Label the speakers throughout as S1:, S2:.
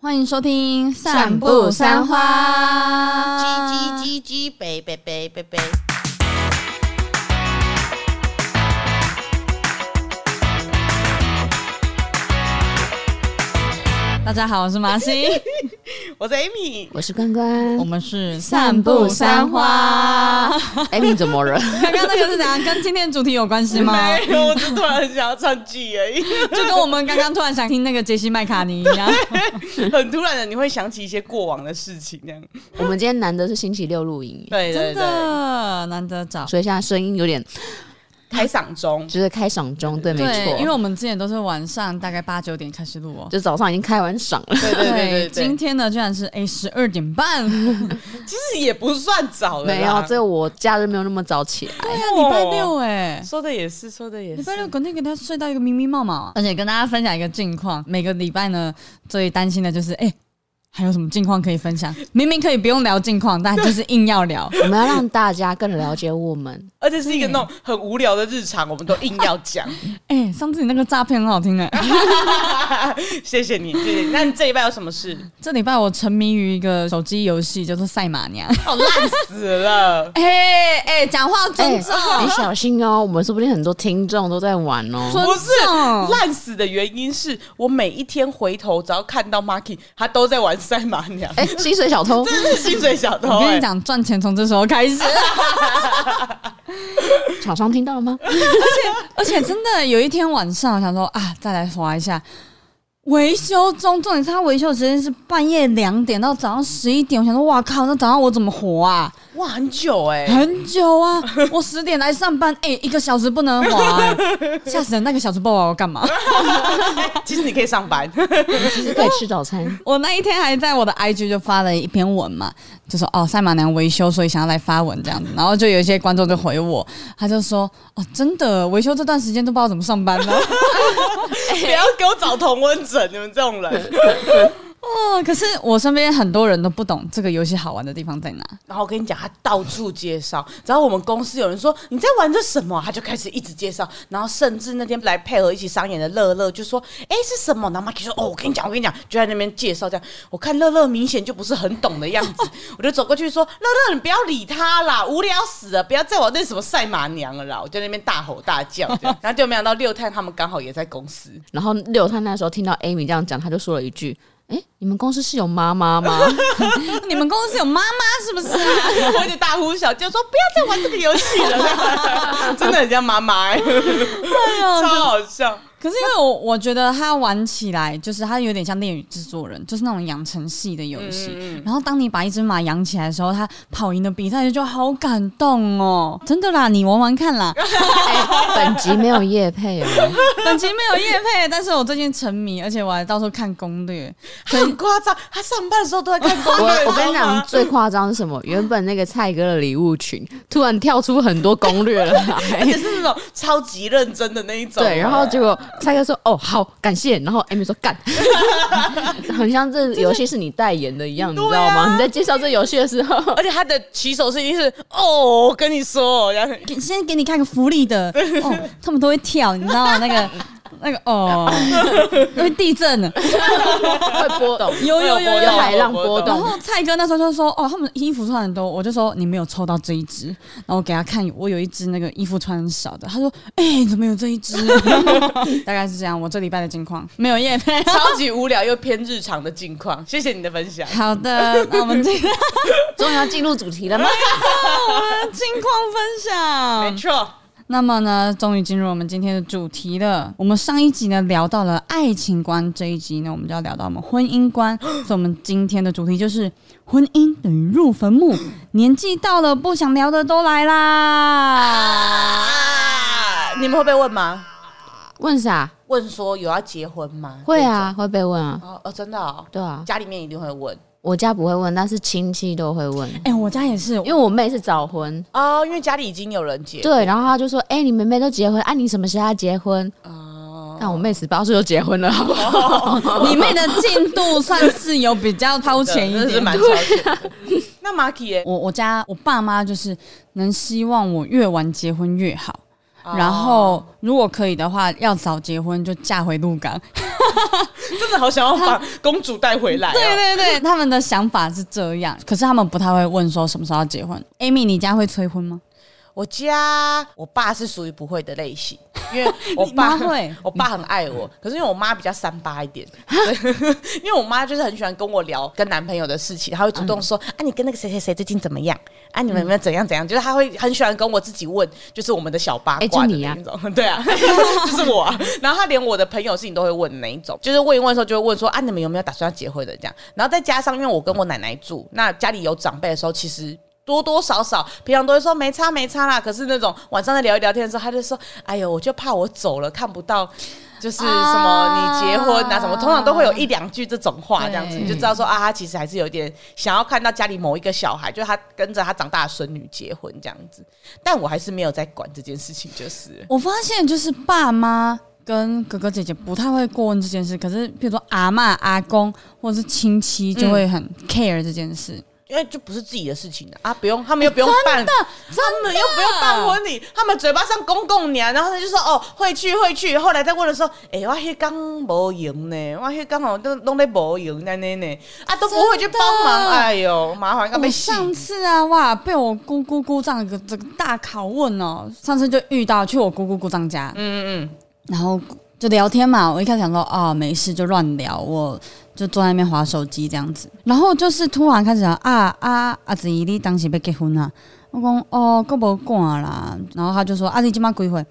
S1: 欢迎收听《
S2: 散步三花啊
S1: 花
S2: 叽叽叽叽，北北北北北。
S1: 大家好，我是麻 西，
S2: 我是 Amy，
S3: 我是关关
S1: 我们是
S3: 散步三花。，Amy 怎么了？
S1: 刚刚那个是怎样？跟今天主题有关系吗？
S2: 没有，我就突然很想要唱 G 而已，
S1: 就跟我们刚刚突然想听那个杰西麦卡尼一 样。
S2: 很突然的，你会想起一些过往的事情，这样。
S3: 我们今天难得是星期六录音，
S2: 对
S1: 真
S2: 对对，
S1: 的难得找。
S3: 所以现在声音有点
S2: 开嗓中，
S3: 就是开嗓中，对，没
S1: 对，因为
S3: 错，
S1: 我们之前都是晚上大概八九点开始录哦。
S3: 就早上已经开完嗓 了。
S2: 对对对对
S1: 今
S2: 对，
S1: 天呢，居然是哎十二点半，
S2: 其实也不算早了啦，
S3: 没有，只有我假日没有那么早起来。
S1: 对啊，礼拜六哎、
S2: 说的也是，说的也
S1: 礼
S2: 是，
S1: 拜六肯定给他睡到一个迷迷冒啊冒，而且跟大家分享一个近况。每个礼拜呢，最担心的就是，哎、还有什么近况可以分 享？明明可以不用聊近况，但就是硬要聊。
S3: 我们要让大家更了解我 们，
S2: 而且是一个那种很无聊的日常，我们都硬要讲。
S1: 哎、上次你那个诈骗很好听哎、
S2: 谢谢你，谢谢你。那你这礼拜有什么事？
S1: 这礼拜我沉迷于一个手机游戏，叫做赛马 娘。！
S2: 哦，烂死了
S1: 哎哎，讲、话尊重，
S3: 你小心哦，我们说不定很多听众都在玩 哦。
S1: 尊
S2: 不是
S1: 重。
S2: 烂死的原因是我每一天回头，只要看到 Marky，他都在玩赛马娘，
S3: 哎，薪水小偷，
S2: 真的是薪水小偷、
S1: 哦我跟
S2: 哎
S1: 你讲，赚钱从这时候开始。
S3: 厂商听到了 吗？
S1: 而且真的有一天晚上，我想说啊，再来刷一下。维修中，重点是他维修的时间是半夜两点到早上十一点。我想说，哇靠，那早上我怎么活啊？
S2: 哇，很久哎、
S1: 很久啊！我十点来上班， 哎、一个小时不能滑、欸，吓死人！那个小时不滑我干嘛？
S2: 其实你可以 上班，
S3: 其实可以吃早餐。
S1: 我那一天还在我的 IG 就发了一篇文嘛，就说哦，赛马娘维修，所以想要来发文这样子。然后就有一些观众就回我，他就说哦，真的维修这段时间都不知道怎么上班呢。
S2: 不要给我找同温层，你们这种人。
S1: 哦，可是我身边很多人都不懂这个游戏好玩的地方在哪。
S2: 然后我跟你讲，他到处介绍，只要我们公司有人说你在玩这什么啊，他就开始一直介绍。然后甚至那天来配合一起商演的乐乐就说：“哎、是什么？”然后 Marky 说：“哦，我跟你讲，我跟你讲，就在那边介绍这样。”我看乐乐明显就不是很懂的样子，我就走过去说：“乐乐，你不要理他啦，无聊死了，不要再玩那什么赛马娘了啦！”我就在那边大吼大叫这样。然后就没想到六探他们刚好也在公司，
S3: 然后六他那时候听到 Amy 这样讲，他就说了一句：“哎，你们公司是有妈妈吗？”
S1: 你们公司有妈妈是不是、啊？
S2: 我就大呼小叫说：“不要再玩这个游戏 了！”真的很像妈妈、欸，超好笑。
S1: 可是因为我我觉得他玩起来就是他有点像恋与制作人，就是那种养成系的游戏。然后当你把一只马养起来的时候，他跑赢了比赛，就好感动哦！真的啦，你玩玩看啦。
S3: 哎，本集没有叶配哦，
S1: 本集没有叶配，但是我最近沉迷，而且我还到处看攻略。
S2: 他很夸张，他上班的时候都在看攻
S3: 我
S2: 略。
S3: 我跟你
S2: 知道
S3: 讲
S2: 吗，，
S3: 最夸张是什么？原本那个蔡哥的礼物群突然跳出很多攻略
S2: 而
S3: 来，
S2: 且是那种超级认真的那一种。啊
S3: 对，然后结果蔡哥说：“哦，好，感谢。”然后 Amy 说：“干。” 很像这游戏是你代言的一样，你知道吗？你在介绍这游戏的时候，
S2: 而且他的起手式一定是哦，我跟你说，然后
S1: 给先给你看个福利的，哦，他们都会跳，你知道吗？那个那个哦，因为地震了。
S3: 会波动，
S1: 有有有
S3: 有
S1: 有。
S3: 海浪波
S1: 然
S3: 动
S1: 后蔡哥那时候就说：“哦，他们衣服穿很多。”我就说：“你没有抽到这一只。”然后我给他看，我有一只那个衣服穿很少的。他说：“哎、你怎么有这一只？” 大概是这样，我这礼拜的近况没有夜配。
S2: 超级无聊又偏日常的境况。谢谢你的分享。
S1: 好的，那我们今天
S3: 终于要进入主题了吗？
S1: 近况分
S2: 没
S1: 享。
S2: 错，
S1: 那么呢，终于进入我们今天的主题了。我们上一集呢聊到了爱情观，这一集呢我们就要聊到我们婚姻观。 所以我们今天的主题就是婚姻等于入坟墓，年纪到了不想聊的都来啦。
S2: 啊你们会被问吗？
S3: 问啥？
S2: 问说有要结婚吗？
S3: 会啊，会被问啊
S2: 这，种。哦哦，真的哦，
S3: 对啊，
S2: 家里面一定会问
S3: 我家不会问，但是亲戚都会问，
S1: 哎、我家也是，因
S3: 因为我妹是早婚，
S2: 哦，因为家里已经有人结
S3: 对，然后他就说：“哎、你妹妹都结婚，啊，你什么时候要结婚？”
S2: 哦，
S3: 看我妹十八岁就结婚 了，好不好？
S1: 你妹的进度算是有比较超前一
S2: 真的是
S1: 点。
S2: 蛮超前的。啊那 Marky 耶
S1: 我我家我爸妈就是能希望我越晚结婚越好， 然
S2: 哦
S1: 后如果可以的话，要早结婚就嫁回鹿港。
S2: 真的好想要把公主带回来、啊。
S1: 对对对， 他们的想法是这样，可是他们不太会问说什么时候要结婚。Amy，你家会催婚吗？
S2: 我家我爸是属于不会的类型，因为我爸
S1: 你妈会
S2: 我爸很爱我，可是因为我妈比较三八一点，对因为我妈就是很喜欢跟我聊跟男朋友的事情，她会主
S3: 嗯
S2: 动说、啊，你跟那个谁谁谁最近怎么样？啊，你们有没有怎样怎样？就是她会很喜欢跟我自己问，就是我们的小八
S3: 哎
S2: 卦
S3: 就
S2: 的
S3: 你呀
S2: 那种， 对啊，就是我、啊。然后她连我的朋友事情都会问那一种，就是问一问的时候就会问说啊，你们有没有打算要结婚的这样？然后再加上因为我跟我奶奶住，那家里有长辈的时候，其实多多少少，平常都会说没差没差啦。可是那种晚上在聊一聊天的时候，他就说：“哎呦，我就怕我走了看不到，就是什么
S1: 啊
S2: 你结婚啊什么，通常都会有一两句这种话，
S1: 对
S2: 这样子你就知道说啊，他其实还是有点想要看到家里某一个小孩，就是他跟着他长大的孙女结婚这样子。但我还是没有在管这件事情，就是
S1: 我发现就是爸妈跟哥哥姐姐不太会过问这件事，可是譬如说阿嬷、阿公或者是亲戚就会很 care 这件事。
S2: 因为就不是自己的事情了啊，不用他们又不用办。”
S1: 哎真
S2: 他们又不用办婚礼，他们嘴巴上公公娘，然后他就说哦会去会去，后来再问的时候，哎、我迄刚无赢呢，我迄刚好都都在无赢在那呢，啊都不会去帮
S1: 真
S2: 忙，
S1: 的哦
S2: 哎呦麻烦，要
S1: 我
S2: 被戏。
S1: 上次啊，哇，被我姑姑姑丈一个这个大拷问哦。上次就遇到去我姑姑姑丈家，
S2: 嗯嗯
S1: 然后就聊天嘛。我一开始想说啊、没事就乱聊，我就坐在那边划手机这样子。然后就是突然开始讲啊啊阿子怡，你当时要结婚啊？我讲哦，够无赶啦。然后他就说啊，你今满几岁？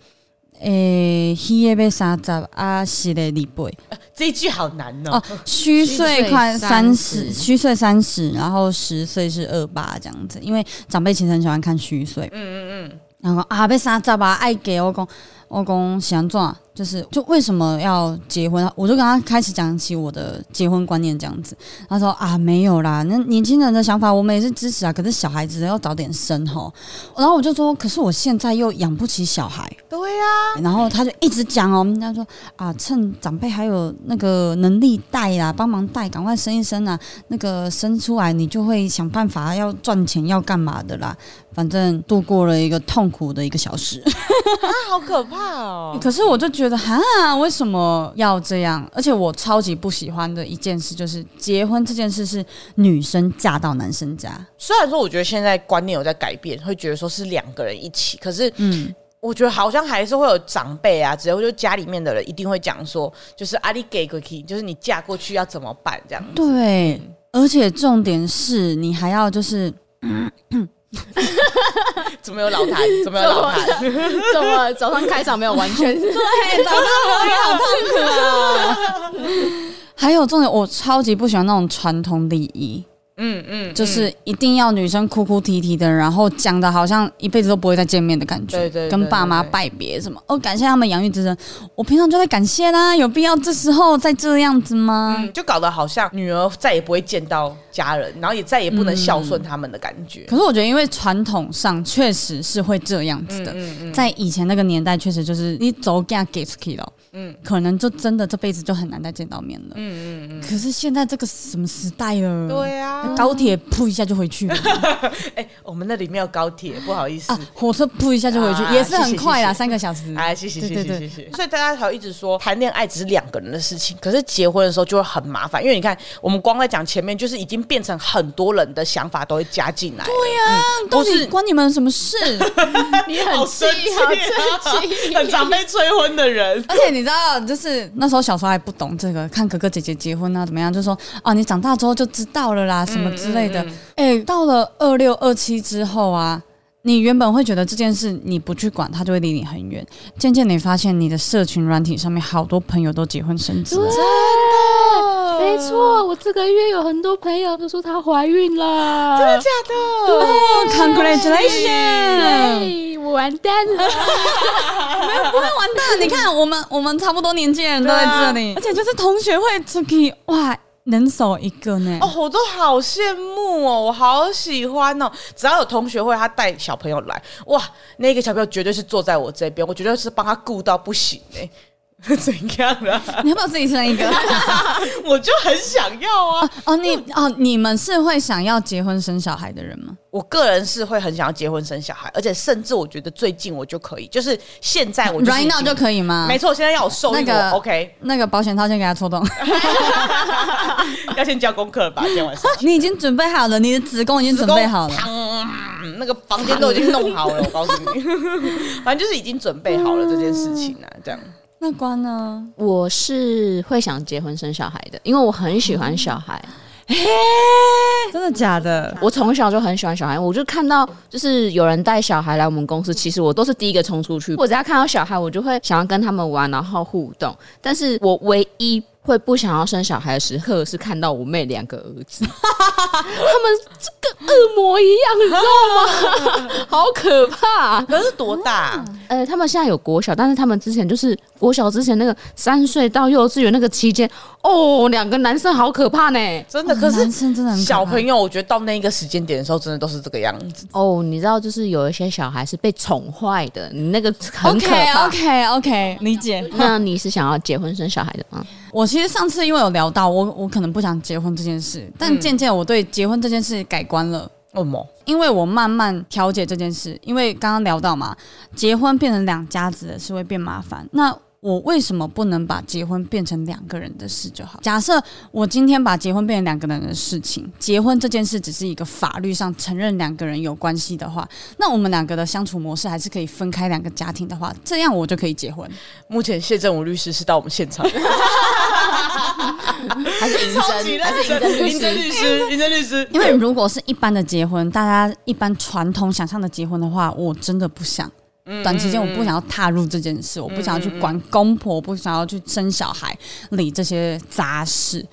S1: 诶、虚的要三十，啊，实的二八。
S2: 嗯，这一句好难哦。
S1: 哦，虚岁快
S3: 虚岁
S1: 三十，
S3: 30
S1: 虚岁三十，然后十岁是二八这样子，因为长辈其实很喜欢看虚岁。嗯嗯嗯。然后啊，被杀炸吧，爱给我公，我公想怎样？就是就为什么要结婚？我就跟他开始讲起我的结婚观念这样子。他说啊，没有啦，那年轻人的想法我们也是支持啊，可是小孩子要早点生吼。然后我就说，可是我现在又养不起小孩，
S2: 对啊呀、
S1: 然后他就一直讲哦，人家说啊，趁长辈还有那个能力带啦，帮忙带，赶快生一生啊，那个生出来你就会想办法要赚钱要干嘛的啦。反正度过了一个痛苦的一个小时，
S2: 啊，好可怕哦。
S1: 可是我就觉得哈，为什么要这样？而且我超级不喜欢的一件事就是结婚这件事是女生嫁到男生家，
S2: 虽然说我觉得现在观念有在改变，会觉得说是两个人一起，可是
S1: 嗯，
S2: 我觉得好像还是会有长辈啊，只有就家里面的人一定会讲说，就是阿里给个 key，就是你嫁过去要怎么办这样子。
S1: 对，而且重点是你还要就是
S2: 怎么有 老痰？怎么有老痰？
S3: 怎么早上开场没有完 全？
S1: 对，早上我也好痛苦啊。还有重点，我超级不喜欢那种传统礼仪，
S2: 嗯嗯，
S1: 就是一定要女生哭哭啼啼的，然后讲的好像一辈子都不会再见面的感觉，
S2: 对对对
S1: 跟爸妈
S2: 对对
S1: 拜别什么，哦，感谢他们养育之恩，我平常就会感谢啦，有必要这时候再这样子吗？
S2: 嗯，就搞得好像女儿再也不会见到家人，然后也再也不能孝顺他们的感觉。
S1: 可是我觉得，因为传统上确实是会这样子的，
S2: 嗯
S1: 在以前那个年代，确实就是你走嫁给出去了，嗯，可能就真的这辈子就很难再见到面了，嗯嗯嗯。可是现在这个什么时代了？
S2: 对啊，
S1: 高铁扑一下就回去了
S2: 哎、我们那里没有高铁，不好意思。
S1: 啊，火车扑一下就回去，
S2: 嗯啊
S1: 也是很快啦，
S2: 谢谢
S1: 三个小时。
S2: 哎，谢谢
S1: 对
S2: 谢
S1: 对
S2: 谢
S1: 对
S2: 谢谢。所以大家才会一直说谈恋爱只是两个人的事情，可是结婚的时候就会很麻烦，因为你看我们光在讲前面，就是已经变成很多人的想法都会加进来了。对呀、
S1: 那到
S2: 不是
S1: 底关你们什么事？
S3: 你很
S2: 好
S3: 气
S2: 生气、啊，
S3: 好生 气，
S2: 很长被催婚的人。
S1: 而且你知道，就是那时候小时候还不懂这个，看哥哥姐姐结婚啊，怎么样，就说啊，你长大之后就知道了
S2: 嗯
S1: 啦，什么之类的。哎、到了二六二七之后啊，你原本会觉得这件事你不去管，它就会离你很远。渐渐你发现，你的社群软体上面好多朋友都结婚生子了。
S3: 的，没错，我这个月有很多朋友都说她怀孕了，真的假
S1: 哦
S3: 的？
S1: ，Congratulations！
S3: 对，我完蛋了，
S1: 不会完蛋，你看我们我们差不多年纪的人都在这啊里，而且就是同学会出去，哇，人手一个呢。
S2: 哦，我都好羡慕哦，我好喜欢哦！只要有同学会，他带小朋友来，哇，那个小朋友绝对是坐在我这边，我绝对是帮他顾到不行哎、 怎样啊？
S1: 你要不要自己生 一个？
S2: 我就很想要啊！
S1: 哦，你哦，你们是会想要结婚生小孩的人吗？
S2: 我个人是会很想要结婚生小孩，而且甚至我觉得最近我就可以，就是现在我
S1: 嗯 right now 就
S2: 以。
S1: 可以吗？
S2: 没错，现在要我受
S1: 那
S2: 孕，
S1: 个
S2: 我 OK，
S1: 那个保险套先给他戳洞，
S2: 要先交功课了吧？今天 晚上
S1: 你已经准备好了，你的子宫已经准备好了。
S2: 嗯那个房间都已经弄好了，我告诉你， 反正就是已经准备好了这件事情啊，这样。
S1: 那关呢？
S3: 我是会想结婚生小孩的，因为我很喜欢小孩。
S1: 真的假的？
S3: 我从小就很喜欢小孩，我就看到就是有人带小孩来我们公司，其实我都是第一个冲出去。我只要看到小孩，我就会想要跟他们玩，然后互动。但是我唯一会不想要生小孩的时刻是看到我妹两个儿子，他们这跟恶魔一样，你知道吗？ 好可怕、
S2: 可是多大啊、
S3: 呃，他们现在有国小，但是他们之前就是国小之前那个三岁到幼稚园那个期间，哦，两个男生好可怕呢。
S2: 真的，可是
S1: 男生真的很可怕
S2: 小朋友，我觉得到那一个时间点的时候，真的都是这个样子。
S3: 哦，你知道，就是有一些小孩是被宠坏的，你那个很
S1: OK
S3: 可怕。嗯
S1: OK OK，理解。
S3: 那你是想要结婚生小孩的吗？
S1: 我其实上次因为有聊到我，我可能不想结婚这件事，但渐渐我对结婚这件事改观了。
S2: 为什么？
S1: 因为我慢慢调解这件事，因为刚刚聊到嘛，结婚变成两家子的是会变麻烦。那我为什么不能把结婚变成两个人的事就好？假设我今天把结婚变成两个人的事情，结婚这件事只是一个法律上承认两个人有关系的话，那我们两个的相处模式还是可以分开两个家庭的话，这样我就可以结婚。
S2: 目前谢振武律师是到我们现场，
S3: 还是银
S2: 超级
S3: 针？还
S2: 认
S3: 是银针
S2: 真，
S3: 律
S2: 银针
S3: 师？
S2: 律师，银针律师，
S1: 因为如果是一般的结婚，大家一般传统想象的结婚的话，我真的不想。短期间我不想要踏入这件事，我不想要去管公婆，不想要去生小孩、理这些杂事。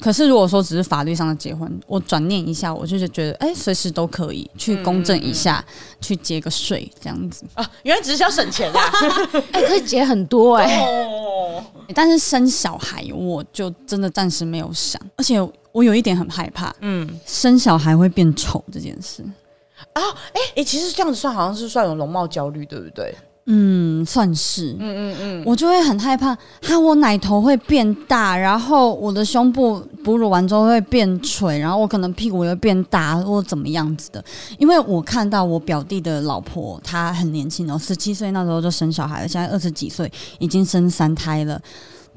S1: 可是如果说只是法律上的结婚，我转念一下，我就是觉得，哎、随时都可以去公证一下，去结个税这样子。
S2: 啊，原来只是要省钱啊。
S3: 哎、可以结很多哎、
S2: 哦，
S1: 但是生小孩，我就真的暂时没有想，而且我有一点很害怕，
S2: 嗯，
S1: 生小孩会变丑这件事。
S2: 哎，其实这样子算好像是算有容貌焦虑，对不对？
S1: 嗯，算是，
S2: 嗯嗯
S1: 我就会很害怕，哈，我奶头会变大，然后我的胸部哺乳完之后会变垂，然后我可能屁股也会变大，或怎么样子的。因为我看到我表弟的老婆，她很年轻哦，十七岁那时候就生小孩了，现在二十几岁，已经生三胎了。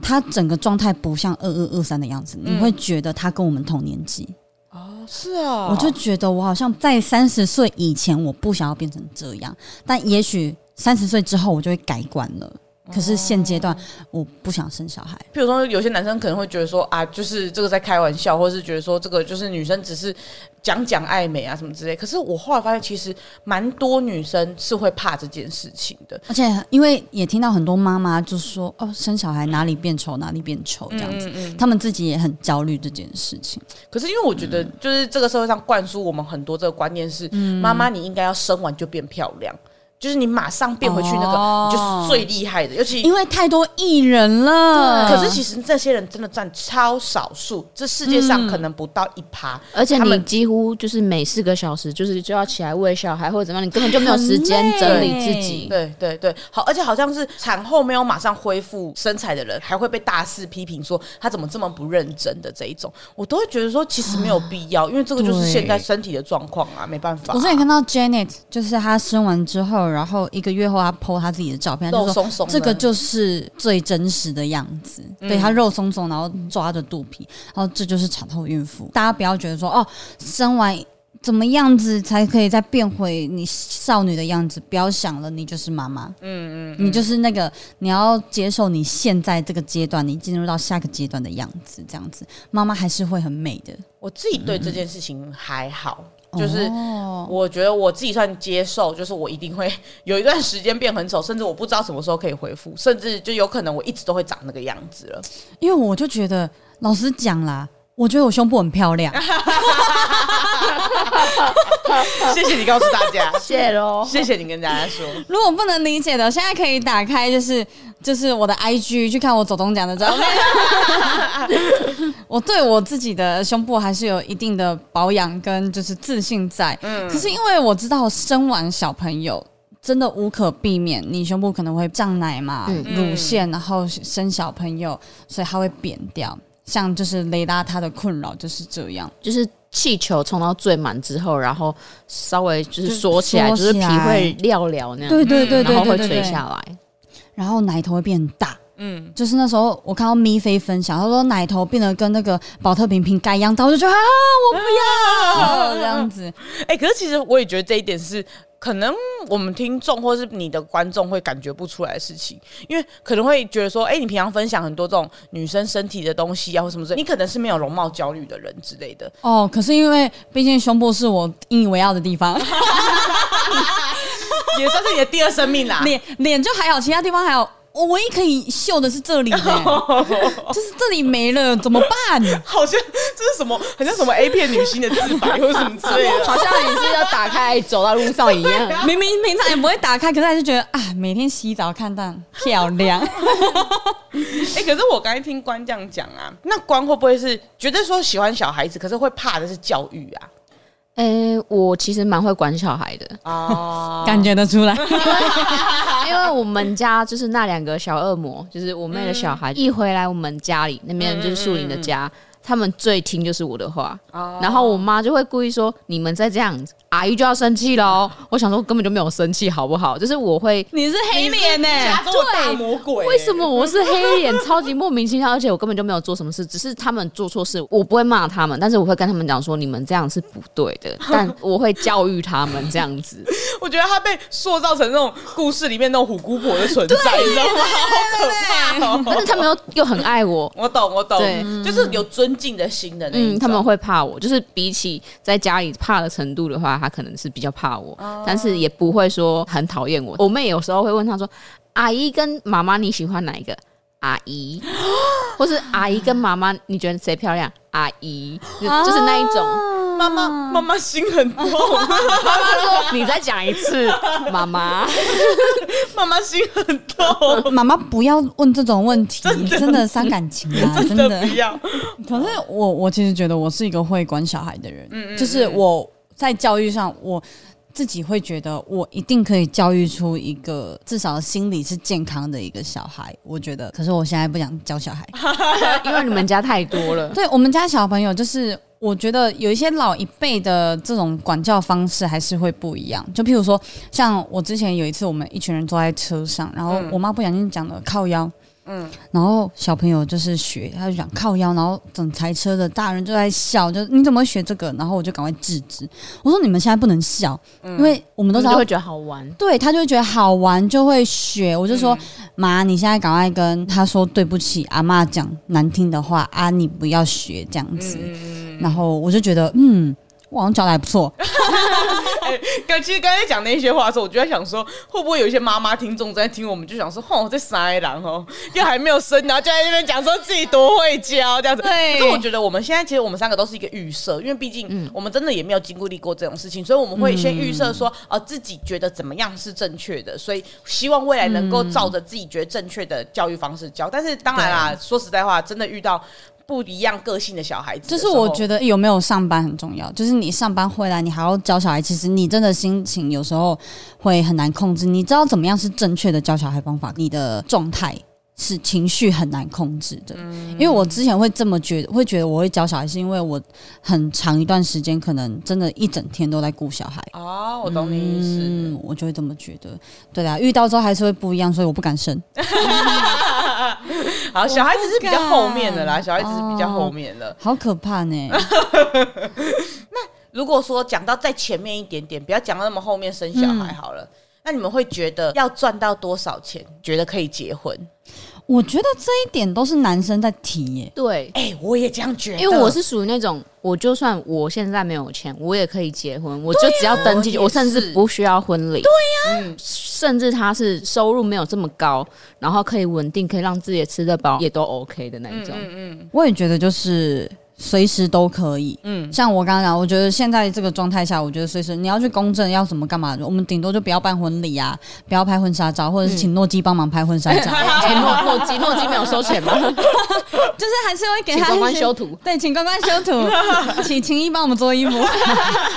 S1: 她整个状态不像二二二三的样子，你会觉得她跟我们同年纪。哦
S2: 嗯，是啊，
S1: 我就觉得我好像在三十岁以前，我不想要变成这样，但也许三十岁之后我就会改观了。可是现阶段我不想生小孩，
S2: 譬如说，有些男生可能会觉得说啊，就是这个在开玩笑，或是觉得说这个就是女生只是讲讲爱美啊什么之类。可是我后来发现，其实蛮多女生是会怕这件事情的。
S1: 而且因为也听到很多妈妈就说哦，生小孩哪里变丑哪里变丑这样子，他们自己也很焦虑这件事情。
S2: 可是因为我觉得，
S1: 嗯
S2: 就是这个社会上灌输我们很多这个观念是，妈妈你应该要生完就变漂亮，就是你马上变回去那个，
S1: 哦
S2: 你就是最厉害的。尤其
S1: 因为太多艺人了，
S2: 可是其实这些人真的占超少数，这世界
S1: 嗯
S2: 上可能不到一趴。
S3: 而且
S2: 他
S3: 你
S2: 们
S3: 几乎就是每四个小时就是就要起来喂小孩或者怎么样，你根本就没有时间
S1: 很累
S3: 整理自 己。
S2: 对对对，好，而且好像是产后没有马上恢复身材的人，还会被大肆批评说他怎么这么不认真的这一种，我都会觉得说其实没有必要，因为这个就是
S1: 对
S2: 现在身体的状况啊，没办法、
S1: 我之前看到 Janet，就是她生完之后，然后一个月后她 PO 她自己的照片，她就
S2: 肉
S1: 说
S2: 松松的，
S1: 这个就是最真实的样子，对她肉松松，然后抓着肚皮，然后这就是产后孕妇。大家不要觉得说哦，生完怎么样子才可以再变回你少女的样子，不要想了，你就是妈妈，嗯嗯，你就是那个你要接受你现在这个阶段，你进入到下个阶段的样子，这样子妈妈还是会很美的。
S2: 我自己对这件事情还好，就是
S1: 哦
S2: 我觉得我自己算接受，就是我一定会有一段时间变很丑，甚至我不知道什么时候可以恢复，甚至就有可能我一直都会长那个样子了。
S1: 因为我就觉得，老实讲啦，我觉得我胸部很漂亮，
S2: 谢谢你告诉大家，
S3: 谢喽。
S2: 谢谢你跟大家说，
S1: 如果不能理解的，现在可以打开，就是就是我的 IG 去看我走动奖的照片。 我对我自己的胸部还是有一定的保养跟就是自信在，可是因为我知道生完小朋友。真的无可避免，你胸部可能会胀奶嘛，
S3: 嗯
S1: 乳腺，然后生小朋友，所以它会扁掉。像就是雷拉他的困扰就是这样，
S3: 就是气球充到最满之后，然后稍微就是缩嗯起来，
S1: 就
S3: 就是
S1: 缩
S3: 是
S1: 起
S3: 皮
S1: 来
S3: 会撂撂那样，
S1: 对对对对
S3: 然
S1: 对
S3: 后会
S1: 对
S3: 垂
S1: 对，
S3: 下来。
S1: 然后奶头会变大。
S2: 嗯，
S1: 就是那时候我看到咪菲分享，她说奶头变得跟那个保特瓶瓶盖一样大，我就觉得啊，我不要这样子。
S2: 哎、可是其实我也觉得这一点是。可能我们听众或是你的观众会感觉不出来的事情，因为可能会觉得说，哎、你平常分享很多这种女生身体的东西啊，或什么之类，你可能是没有容貌焦虑的人之类的。
S1: 哦，可是因为毕竟胸部是我引以为傲的地 方，
S2: 也算是 你的第二生命啦。
S1: 脸脸就还好，其他地方还好。我唯一可以秀的是这里、 欸，就是这里没了，怎么办？
S2: 好像这是什么，很像什么 A 片女星的自白或什么之类的。
S3: 好像你是要打开走到路上一样。
S1: 明明平常也不会打开，可是还是觉得啊，每天洗澡看到漂 亮。
S2: 哎、可是我刚才听关这样讲啊，那关会不会是觉得说喜欢小孩子，可是会怕的是教育啊？
S3: 诶、我其实蛮会管小孩的，
S2: 啊，
S1: 感觉得出来，
S3: 因为我们家就是那两个小恶魔，就是我妹的小孩，一回来我们家里那边就是树林的家，他们最听就是我的话，然后我妈就会故意说你们再这样子，阿姨就要生气喽。我想说根本就没有生气，好不好？就是我会。
S1: 你是黑脸呢、
S2: 亚洲的大魔鬼、
S3: 为什？么我是黑脸，超级莫名其妙，而且我根本就没有做什么事，只是他们做错事，我不会骂他们，但是我会跟他们讲说你们这样是不对的，但我会教育他们这样子。
S2: 我觉得他被塑造成那种故事里面那种虎姑婆的存在，你知道吗？好可怕、
S3: 但
S2: 哦！
S3: 是他们又又很爱我，
S2: 我懂，我懂
S3: 对，
S2: 就是有尊敬的心的那一种。
S3: 嗯，他们会怕我，就是比起在家里怕的程度的话，他可能是比较怕我，但是也不会说很讨厌我。我妹有时候会问他说：“阿姨跟妈妈你喜欢哪一个？”阿 姨，或是阿姨跟妈妈，你觉得谁漂亮？阿姨，就就是那一种。
S2: 妈妈妈妈心很 痛，
S3: 妈妈说：“你再讲一次，妈妈。
S2: 妈妈心很 痛，
S1: 妈妈不要问这种问题， 真的伤感情啊！ 真
S2: 真的不要。
S1: 可是我我其实觉得我是一个会管小孩的人，就是我在教育上我。自己会觉得我一定可以教育出一个至少心理是健康的一个小孩，我觉得。可是我现在不想教小孩，”
S3: 因为你们家太多 了，
S1: 对我们家小朋友，就是我觉得有一些老一辈的这种管教方式还是会不一样。就譬如说，像我之前有一次，我们一群人坐在车上，然后我妈不小心讲了靠腰。嗯，然后小朋友就是学，他就讲靠腰，然后整台车的大人就在笑，就你怎么会学这个？然后我就赶快制止，我说你们现在不能笑，因为嗯我们
S3: 你
S1: 都知
S3: 就
S1: 道
S3: 会觉得好玩。
S1: 对他就会觉得好玩，就会学。我就说妈、你现在赶快跟他说对不起，阿妈讲难听的话啊，你不要学这样子。然后我就觉得，嗯，我好像教的还不错。
S2: 刚其实刚才讲那些话的时候，我就在想说，会不会有一些妈妈听众在听我们，就想说，吼，这傻狼哦，又还没有生，然后就在那边讲说自己多会教这样子。
S1: 对嗯
S2: 可是我觉得我们现在其实我们三个都是一个预设，因为毕竟我们真的也没有经历过这种事情，所以我们会先预设说，
S1: 嗯
S2: 呃，自己觉得怎么样是正确的，所以希望未来能够照
S1: 嗯
S2: 着自己觉得正确的教育方式教。但是当然啦，说实在话，真的遇到。不一样个性的小孩子的
S1: 就
S2: 时
S1: 是
S2: 候，
S1: 我觉得有没有上班很重要，就是你上班回来，你还要教小孩，其实你真的心情有时候会很难控制。你知道怎么样是正确的教小孩方法，你的状态。是情绪很难控制的，
S2: 嗯
S1: 因为我之前会这么觉得，会觉得我会教小孩，是因为我很长一段时间可能真的一整天都在顾小孩，
S2: 哦，我懂你意思。
S1: 嗯，我就会这么觉得。对啦，遇到之后还是会不一样，所以我不敢生。
S2: 好，小孩子是比较后面的啦，
S1: 我不敢
S2: 小孩子是比较后面的。
S1: 好可怕 呢！
S2: 如果说讲到再前面一点点，不要讲到那么后面生小孩好了。那你们会觉得要赚到多少钱，觉得可以结婚？
S1: 我觉得这一点都是男生在提耶、
S3: 对，
S2: 哎、我也这样觉得，
S3: 因为我是属于那种，我就算我现在没有钱，我也可以结婚，我就只要登记就，
S2: 我也
S3: 我甚至
S2: 是
S3: 不需要婚礼。对呀、
S2: 嗯
S3: 甚至他是收入没有这么高，
S2: 嗯
S3: 然后可以稳定，可以让自己吃得饱，也都 OK 的那一种。
S1: 我也觉得就是随时都可以。
S2: 嗯，
S1: 像我刚刚讲，我觉得现在这个状态下，我觉得随时你要去公证，要怎么干嘛，我们顶多就不要办婚礼啊，不要拍婚纱照，或者是请诺基帮忙拍婚纱照，
S3: 钱诺诺基诺基没有收钱吗？
S1: 哎就是还是会给
S3: 请
S1: 他
S3: 关关
S1: 一些
S3: 修图。
S1: 对，请关关修图， 请秦一帮我们做衣服。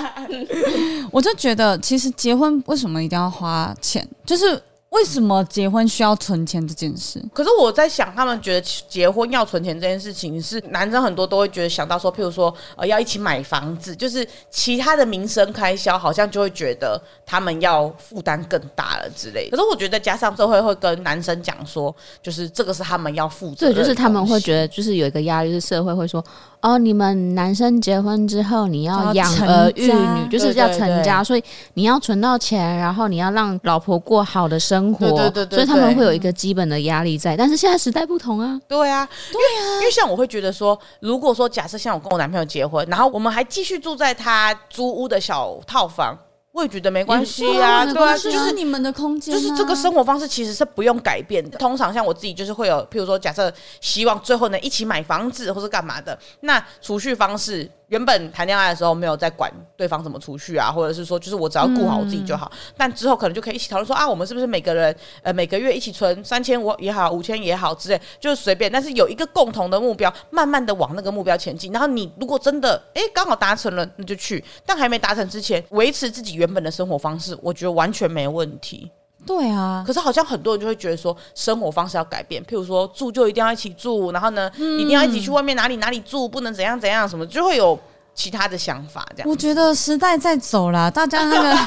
S1: 我就觉得，其实结婚为什么一定要花钱？就是为什么结婚需要存钱这件事？
S2: 可是我在想，他们觉得结婚要存钱这件事情是男生很多都会觉得想到说，譬如说呃要一起买房子，就是其他的民生开销好像就会觉得他们要负担更大了之类的。可是我觉得加上社会会跟男生讲说，就是这个是他们要负责
S3: 这
S2: 的东
S3: 就
S2: 西，
S3: 是他们会觉得，就是有一个压力，就是社会会说，哦，你们男生结婚之后，你要
S1: 要
S3: 养
S1: 成
S3: 儿育
S1: 家
S3: 女，就是要成
S2: 对对对
S3: 家，所以你要存到钱，然后你要让老婆过好的生活，
S2: 对对对对
S3: 所以他们
S2: 对
S3: 会有一个基本的压力在。但是现在时代不同啊，
S2: 对啊，因为因为像我会觉得说，如果说假设像我跟我男朋友结婚，然后我们还继续住在他租屋的小套房，我也觉得没关系啊，
S3: 也不错啊没
S2: 对啊，
S3: 关
S2: 就
S3: 系
S1: 就
S3: 啊
S1: 是
S2: 是。
S1: 你们的空间啊、
S2: 就是这个生
S1: 活
S2: 活方式其实是不用改变的。通常像我自己就是会有，譬如说假设希望最后能一起买房子或是干嘛的，那储蓄方式原本谈恋爱的时候没有在管对方怎么储蓄啊，或者是说就是我只要顾好我自己就好。
S1: 嗯
S2: 但之后可能就可以一起讨论说啊，我们是不是每个人呃每个月一起存三千五也好，五千也好之类，就是随便，但是有一个共同的目标，慢慢的往那个目标前进。然后你如果真的诶刚好达成了，那就去；但还没达成之前，维持自己原本的生活方式，我觉得完全没问题。
S1: 对啊，
S2: 可是好像很多人就会觉得说生活方式要改变，譬如说住就一定要一起住，然后呢、一定要一起去外面哪里哪里住，不能怎样怎样什么，就会有其他的想法这样。
S1: 我觉得时代在走啦，大家那个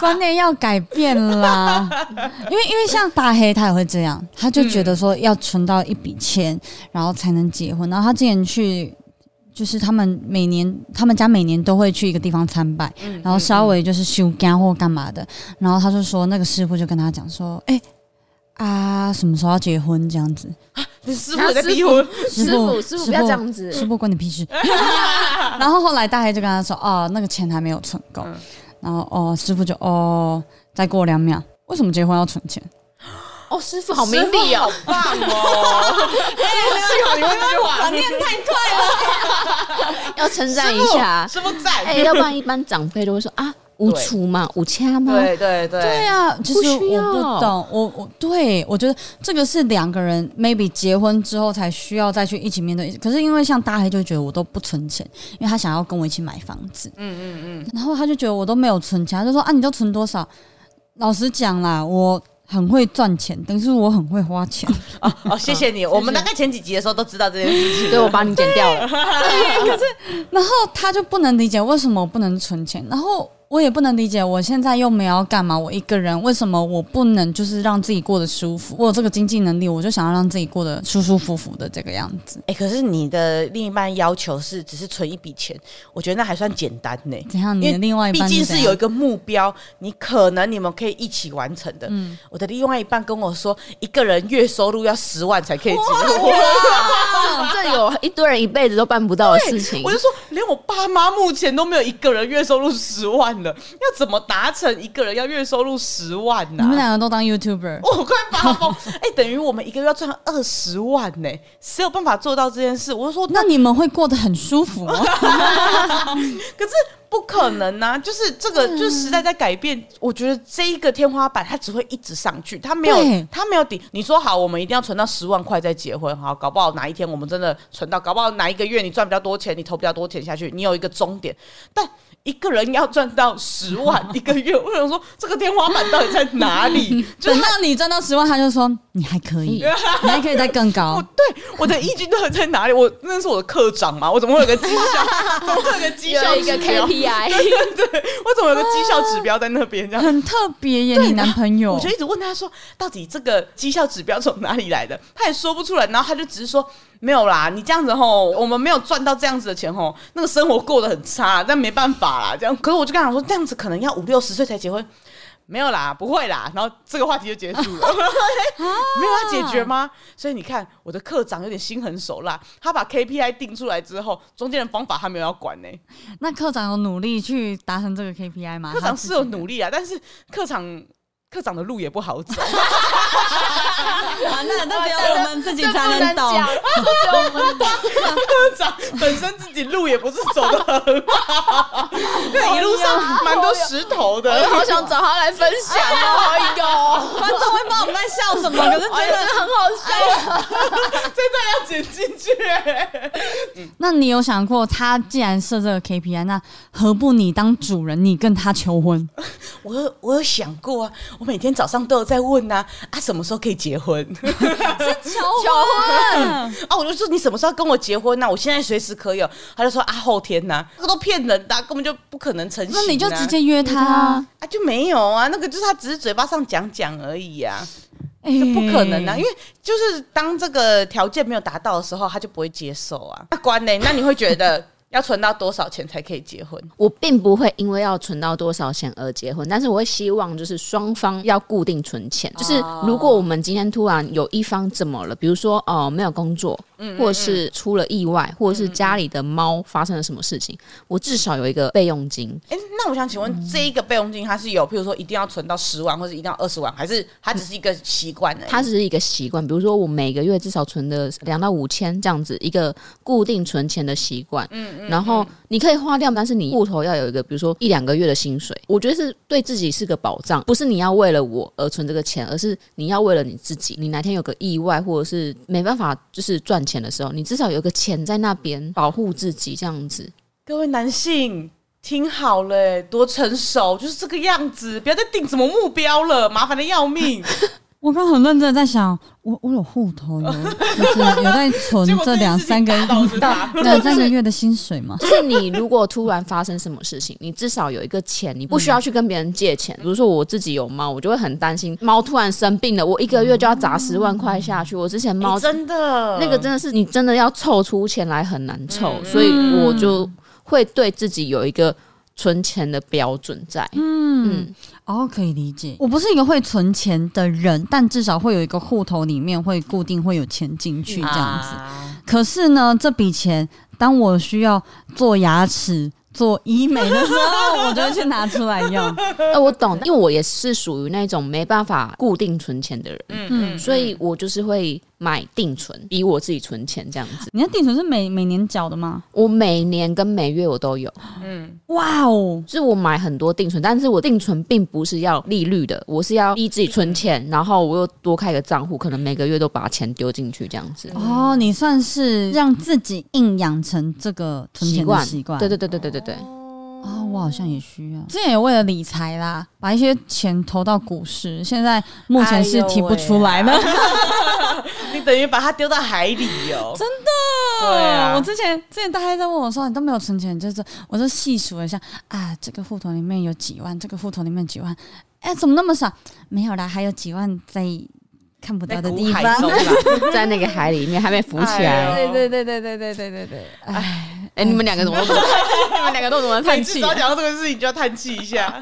S1: 观念要改变 啦。因为因为像大黑他也会这样，他就觉得说要存到一笔钱，然后才能结婚。然后他之前去。就是他们每年，他们家每年都会去一个地方参拜，
S2: 嗯
S1: 然后稍微就是修干或干嘛的。然后他就说，那个师傅就跟他讲说：“哎、啊，什么时候要结婚？这样子。
S2: 你师
S3: 然
S2: 傅哦
S3: 后
S2: 也在
S3: 师
S2: 逼
S3: 傅
S2: 婚，
S1: 师
S3: 师
S1: 傅
S3: 傅师傅不要这样子，
S1: 师傅关你屁事。然后后来大黑就跟他说：“哦，那个钱还没有存够。
S2: 嗯
S1: 然后哦，师傅就哦，再过两秒，为什么结婚要存钱？
S3: 哦，师傅好明理哦，
S2: 师傅好棒哦！
S3: 幸好你问这句话，
S1: 念太快，
S3: 要称赞一下，
S2: 师傅师傅赞。
S3: 哎，要不然一般长辈都会说啊，无
S2: 对
S3: 处嘛，无掐嘛，
S2: 对对对，
S1: 对啊，其实我
S3: 不需要
S1: 不懂，我我对我觉得这个是两个人 maybe 结婚之后才需要再去一起面对。可是因为像大黑就觉得我都不存钱，因为他想要跟我一起买房子，
S2: 嗯嗯嗯，
S1: 然后他就觉得我都没有存钱，他就说啊，你都存多少？老实讲啦，我很会赚钱，但是我很会花钱。
S2: 哦，谢谢你。我们大概前几集的时候都知道这件事情，
S3: 对我把你剪掉了，
S1: 然后他就不能理解为什么我不能存钱，然后我也不能理解我现在又没有要干嘛，我一个人为什么我不能就是让自己过得舒服？我有这个经济能力，我就想要让自己过得舒舒服服的这个样子。
S2: 哎、可是你的另一半要求是只是存一笔钱，我觉得那还算简单呢、
S1: 怎样？你
S2: 因
S1: 的
S2: 为
S1: 嗯另外一
S2: 毕
S1: 半
S2: 竟
S1: 怎样
S2: 是有一个目标，你可能你们可以一起完成的。
S1: 嗯
S2: 我的另外一半跟我说，一个人月收入要十万才可以结婚，
S3: 啊这有一堆人一辈子都办不到的事情
S2: 我。就说，连我爸妈目前都没有一个人月收入十万了，要怎么达成一个人要月收入十万呢、
S1: 你们两个都当 YouTuber，
S2: 我快发疯！哎、等于我们一个月要赚二十万呢、谁有办法做到这件事？我就说，那
S1: 那你们会过得很舒服吗？
S2: 可是不可能呐、就是这个，就是时代在改变。我觉得这一个天花板，它只会一直上去，它没有
S1: 对，
S2: 它没有底。你说好，我们一定要存到十万块再结婚，好，搞不好哪一天我们真的存到，搞不好哪一个月你赚比较多钱，你投比较多钱下去，你有一个终点。但一个人要赚到十万一个月，我想说这个天花板到底在哪里？就
S1: 等
S2: 是
S1: 到你赚到十万，他就说你还可以，你还可以再更
S2: 我
S1: 高。
S2: 对我的依据到底在哪里？我那是我的课长嘛，我怎么会有个绩效？怎么会有个绩效
S3: 有一个
S2: 指标？
S3: KPI，
S2: 我怎么有个绩效指标在那边？这样
S1: 很特别耶，你男朋友
S2: 我就一直问他说，到底这个绩效指标从哪里来的？他也说不出来，然后他就只是说没有啦，你这样子吼，我们没有赚到这样子的钱吼， 那个生活过得很差，但没办法啦，这样。可是我就跟他讲说，这样子可能要五六十岁才结婚。没有啦，不会啦，然后这个话题就结束了。没有要解决吗？所以你看，我的课长有点心狠手辣，他把 KPI 定出来之后，中间的方法他没有要管呢、
S1: 那科长有努力去达成这个 KPI 吗？
S2: 课
S1: 他
S2: 长
S1: 自
S2: 是
S1: 己
S2: 有努力啊，但是课长课长的路也不好走。
S1: 完了，都只有我们自己
S3: 这
S1: 才
S3: 不能
S1: 懂。
S3: 讲，这不能讲。
S2: 科长本身自己路也不是走的很好，那一路上蛮多石头
S3: 我
S2: 的。
S3: 好想找他来分享哦，哎 呦，
S1: 观众会不知道我们在笑什么，可是
S3: 哎
S1: 觉
S3: 呦真
S1: 得。
S3: 的很好笑。
S2: 这段要剪进去、欸
S1: 那你有想过，他既然设这个 KPI，那何不你当主人，你跟他求婚？
S2: 啊我有我有想过啊，我每天早上都有在问呐、啊，啊什么时候可以结婚？
S1: 求啊婚，
S2: 啊，我就说你什么时候要跟我结婚啊呐、我现在随时可以、哦。他就说啊后天呐、这个都骗人的啊、根本就不可能成型、
S1: 那
S2: 啊。
S1: 你就直接约他啊，
S2: 啊就没有啊，那个就是他只是嘴巴上讲讲而已呀、啊。
S1: 这
S2: 这不可能
S1: 嗯
S2: 啊！因为就是当这个条件没有达到的时候，他就不会接受啊。那关呢、那你会觉得要存到多少钱才可以结婚？
S3: 我并不会因为要存到多少钱而结婚，但是我会希望就是双方要固定存钱。就是如果我们今天突然有一方怎么了，比如说哦、呃没有工作，或者是出了意外，或者是家里的猫发生了什么事情，我至少有一个备用金。
S2: 哎、那我想请问，这一个备用金它是有，譬如说一定要存到十万，或者一定要二十万，还是它只是一个习惯呢？
S3: 它只是一个习惯，比如说我每个月至少存的两到五千这样子一个固定存钱的习惯，嗯嗯，然后你可以花掉，但是你户头要有一个，比如说一两个月的薪水，我觉得是对自己是个保障，不是你要为了我而存这个钱，而是你要为了你自己，你哪天有个意外或者是没办法就是赚钱的时候，你至少有个钱在那边保护自己这样子。
S2: 各位男性。听好了、多成熟，就是这个样子，不要再定什么目标了，麻烦的要命。
S1: 我刚刚很认真地在想，我我有户头 有，就是有在存
S2: 结果
S1: 这
S2: 件
S1: 两
S2: 事情
S1: 三个
S2: 打倒是他
S1: 两三个月的薪水嘛。
S3: 就是你如果突然发生什么事情，你至少有一个钱，你不需要去跟别人借钱。比如说我自己有猫，我就会很担心猫突然生病了，我一个月就要砸十万块下去。我之前猫、
S2: 哎真的
S3: 那个真的是你真的要凑出钱来很难凑，
S1: 嗯
S3: 所以我就会对自己有一个存钱的标准在。
S1: 嗯，哦，可以理解。我不是一个会存钱的人，但至少会有一个户头里面会固定会有钱进去这样子。
S2: 啊
S1: 可是呢，这笔钱当我需要做牙齿、做医美的时候，我就会去拿出来 用。
S3: 呃，我懂，因为我也是属于那种没办法固定存钱的人，
S1: 嗯，
S3: 所以我就是会买定存，逼我自己存钱这样子。
S1: 你的定存是每每年缴的吗？
S3: 我每年跟每月我都有。
S1: 哇哦！
S3: 就是我买很多定存，但是我定存并不是要利率的，我是要逼自己存钱，然后我又多开个账户，可能每个月都把钱丢进去这样子。
S1: 哦，你算是让自己硬养成这个存钱的习惯，
S3: 对对对对对对对，
S1: 啊、我好像也需要。之前也为了理财啦，把一些钱投到股市，现在目前是提不出来了。
S2: 你等于把它丢到海里哦、真的， 对 啊，
S1: 我之前之前大家在问我说你都没有存钱，就是我就细数了一下啊，这个户头里面有几万，这个户头里面几万，哎、怎么那么少？没有啦，还有几万在看不到
S2: 在
S1: 的
S2: 股
S1: 地
S2: 海
S1: 方。
S2: 中啦，
S3: 在那个海里面还没浮起来。
S2: 哎
S1: 对对对对对对对对对， 哎，
S3: 哎、你们两个怎么都？你们两个都怎么
S2: 每
S3: 叹
S2: 次只
S3: 气
S2: 要
S3: 啊、
S2: 讲到这个事情就要叹气一下。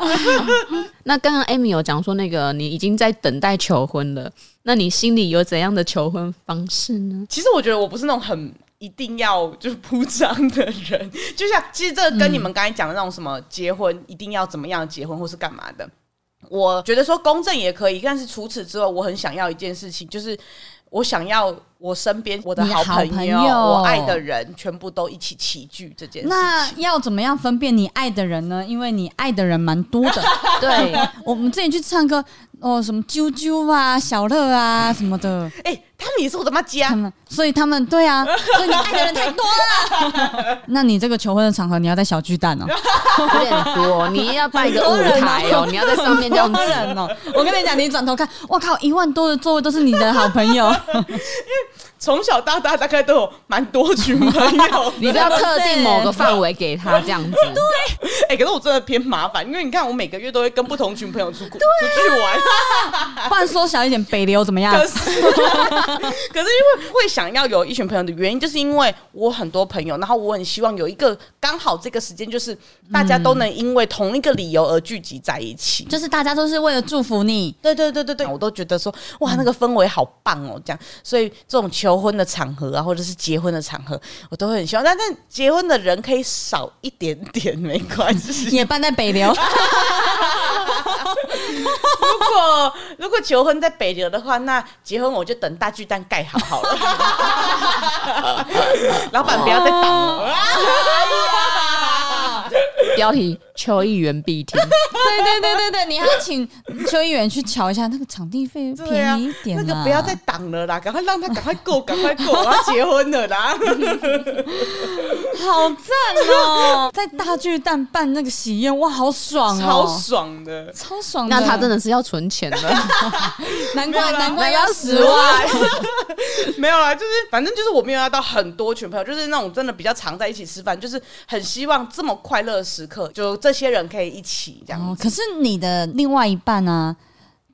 S3: 那刚刚 Amy 有讲说，那个你已经在等待求婚了，那你心里有怎样的求婚方式呢？
S2: 其实我觉得我不是那种很一定要就是 铺张的人，就像其实这跟你们刚才讲的那种什么结婚、一定要怎么样结婚或是干嘛的，我觉得说公正也可以，但是除此之外，我很想要一件事情，就是我想要我身边我的
S1: 你好
S2: 好朋
S1: 朋
S2: 友、
S1: 友
S2: 我爱的人全部都一起齐聚这件事
S1: 那
S2: 情。
S1: 要怎么样分辨你爱的人呢？因为你爱的人蛮多 的。
S3: 对，
S1: 我们之前去唱歌，哦，什么啾啾啊、小乐啊什么的，
S2: 哎、他们也是我的妈鸡
S1: 他
S2: 啊！
S1: 们，所以他们对啊，所以你爱的人太多了。 那你这个求婚的场合，你要带小巨蛋哦，
S3: 有点多，你要办一个
S1: 很多
S3: 舞
S1: 人哦
S3: 台哦，你要在上面这样子，
S1: 多。人哦。 我跟你讲，你转头看，我靠，一万多的座位都是你的好朋 友，
S2: 从小到大大概都有蛮多群朋友
S3: 你不要特定某个范围给他这样子，
S2: 哎、可是我真的偏麻烦，因为你看我每个月都会跟不同群朋友出、出去玩，啊
S1: 不然缩小一点，北流怎么样？
S2: 可是，可是因为会想要有一群朋友的原因，就是因为我很多朋友，然后我很希望有一个刚好这个时间，就是大家都能因为同一个理由而聚集在一起。
S1: 就是大家都是为了祝福 你，
S2: 对对对对对，我都觉得说哇，那个氛围好棒哦，这样。所以这种求婚的场合啊，或者是结婚的场合，我都会很希望。但但结婚的人可以少一点点，没关系。
S1: 也办在北流。
S2: 如果如果求婚在北流的话，那结婚我就等大巨蛋盖好好了。 老板不要再挡
S1: 哦
S2: 我了。
S3: 标题：邱议员必听。
S1: 对对对对对，你还要请邱议员去瞧一下那个场地费
S2: 对呀、
S1: 便宜一点、
S2: 那
S1: 啊，
S2: 个不要再挡了啦，赶快让他赶快够，赶快够，我要结婚了啦！
S1: 好赞哦！在大巨蛋办那个喜宴，哇， 好爽
S2: 超
S1: 哦，
S2: 爽的，
S1: 超爽的！
S3: 那他真的是要存钱了。
S1: 难怪
S2: 没有啦
S1: 难怪
S2: 那
S1: 要
S2: 要
S1: 十万，
S2: 没有啦，就是反正就是我没有要到很多群朋友，就是那种真的比较常在一起吃饭，就是很希望这么快乐的时刻，就这些人可以一起这样
S1: 哦，可是你的另外一半啊，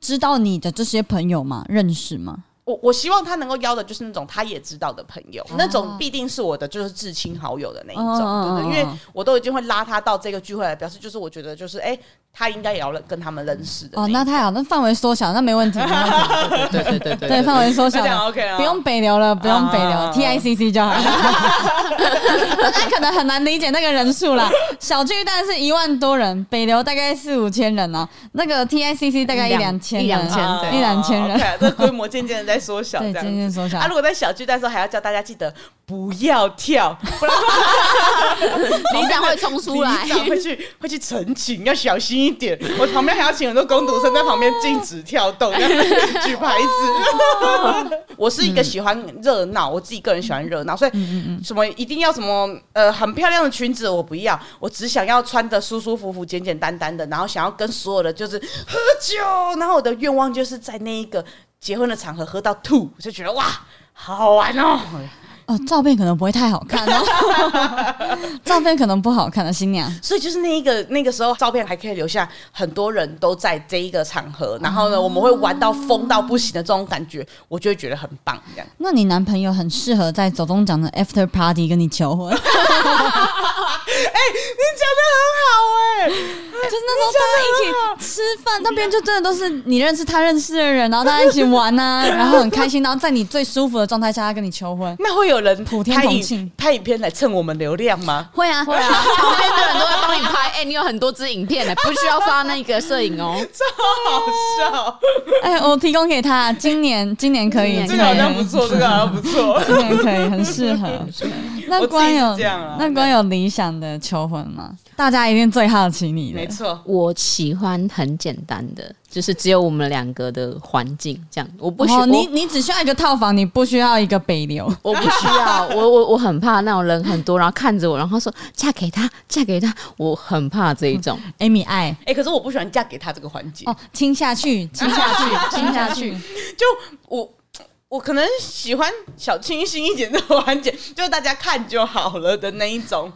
S1: 知道你的这些朋友吗？认识吗？
S2: 我我希望他能够邀的就是那种他也知道的朋友，那
S1: 哦
S2: 种必定是我的就是至亲好友的那一种，
S1: 嗯嗯
S2: 对不对？
S1: 嗯
S2: 因为
S1: 嗯
S2: 我都已经会拉他到这个聚会来，表示就是我觉得就是哎、他应该也要跟他们认识的
S1: 哦，
S2: 一
S1: 那
S2: 种
S1: 太好，那范围缩小，那没问题，没 问题
S3: 对对对对
S1: 对，范围缩
S2: 那
S1: 小
S2: 这样
S1: 了。
S2: OK 啊，
S1: 不用北流了，不用北流、
S2: 啊啊啊啊
S1: t I C C 就好了。 那可能很难理解那个人数啦。小巨蛋是一万多人，北流大概四五千人哦，那个 T I C C 大概一
S3: 一两
S1: 两千人，
S3: 一两千人对
S1: 一两千人。
S2: o 啊这规模渐渐的在缩小，
S1: 对，
S2: 这样
S1: 渐
S2: 子。
S1: 渐缩小。
S2: 啊，如果在小巨蛋的时候，还要叫大家记得不要跳，不然
S3: 里长会冲出来
S2: 里。长会去会去澄清，要小心一点。我旁边还要请很多工读生在旁边禁止跳动， 这样子举牌子。 嗯我是一个喜欢热闹，我自己个人喜欢热闹，所以什么一定要什么呃很漂亮的裙子我不要，我只想要穿的舒舒服服、简简单单的，然后想要跟所有的就是喝酒，然后我的愿望就是在那一个结婚的场合喝到吐，我就觉得哇。好好玩哦！
S1: 哦，照片可能不会太好看哦， 照片可能不好看的新娘。
S2: 所以就是那一个那个时候，照片还可以留下很多人都在这一个场合，然后呢，我们会玩到疯到不行的这种感觉，我就会觉得很棒。这样，
S1: 那你男朋友很适合在走中奖的 after party 跟你求婚，就是
S2: 你讲的很好哎、
S1: 那时候大家一起吃饭，那边就真的都是你认识他认识的人，然后大家一起玩啊，然后很开心，然后在你最舒服的状态下，他跟你求婚。
S2: 那会有人
S1: 普天
S2: 拍
S1: 同
S2: 影
S1: 庆
S2: 拍影片来蹭我们流量吗？
S1: 会啊，
S3: 会啊，旁边的人都会帮你拍。哎、你有很多支影片呢，欸不需要发那个摄影哦。
S2: 超好笑，哦
S1: 哎，我提供给他，今年今年可以，
S3: 今
S2: 这
S1: 今
S2: 个好
S1: 年
S2: 像不错，这个好像不错。
S1: 今年可以，很适 合。那
S2: 我自己
S1: 关
S2: 是
S1: 有
S2: 这样啊
S1: 那关有理想的求婚吗？大家一定最好奇你的
S2: 没。错，
S3: 我喜欢很简单的，就是只有我们两个的环境这样。我不需、
S1: 哦，你
S3: 你
S1: 你只需要一个套房，你不需要一个北流。
S3: 我不需 要，我我我很怕那种人很多，然后看着我，然后说嫁给他，嫁给他，我很怕这一种。
S1: Amy 爱
S2: 哎、可是我不喜欢嫁给他这个环节，
S1: 哦，亲下去，亲下去，亲下去。
S2: 就我。我可能喜欢小清新一点的环节，就大家看就好了的那一种。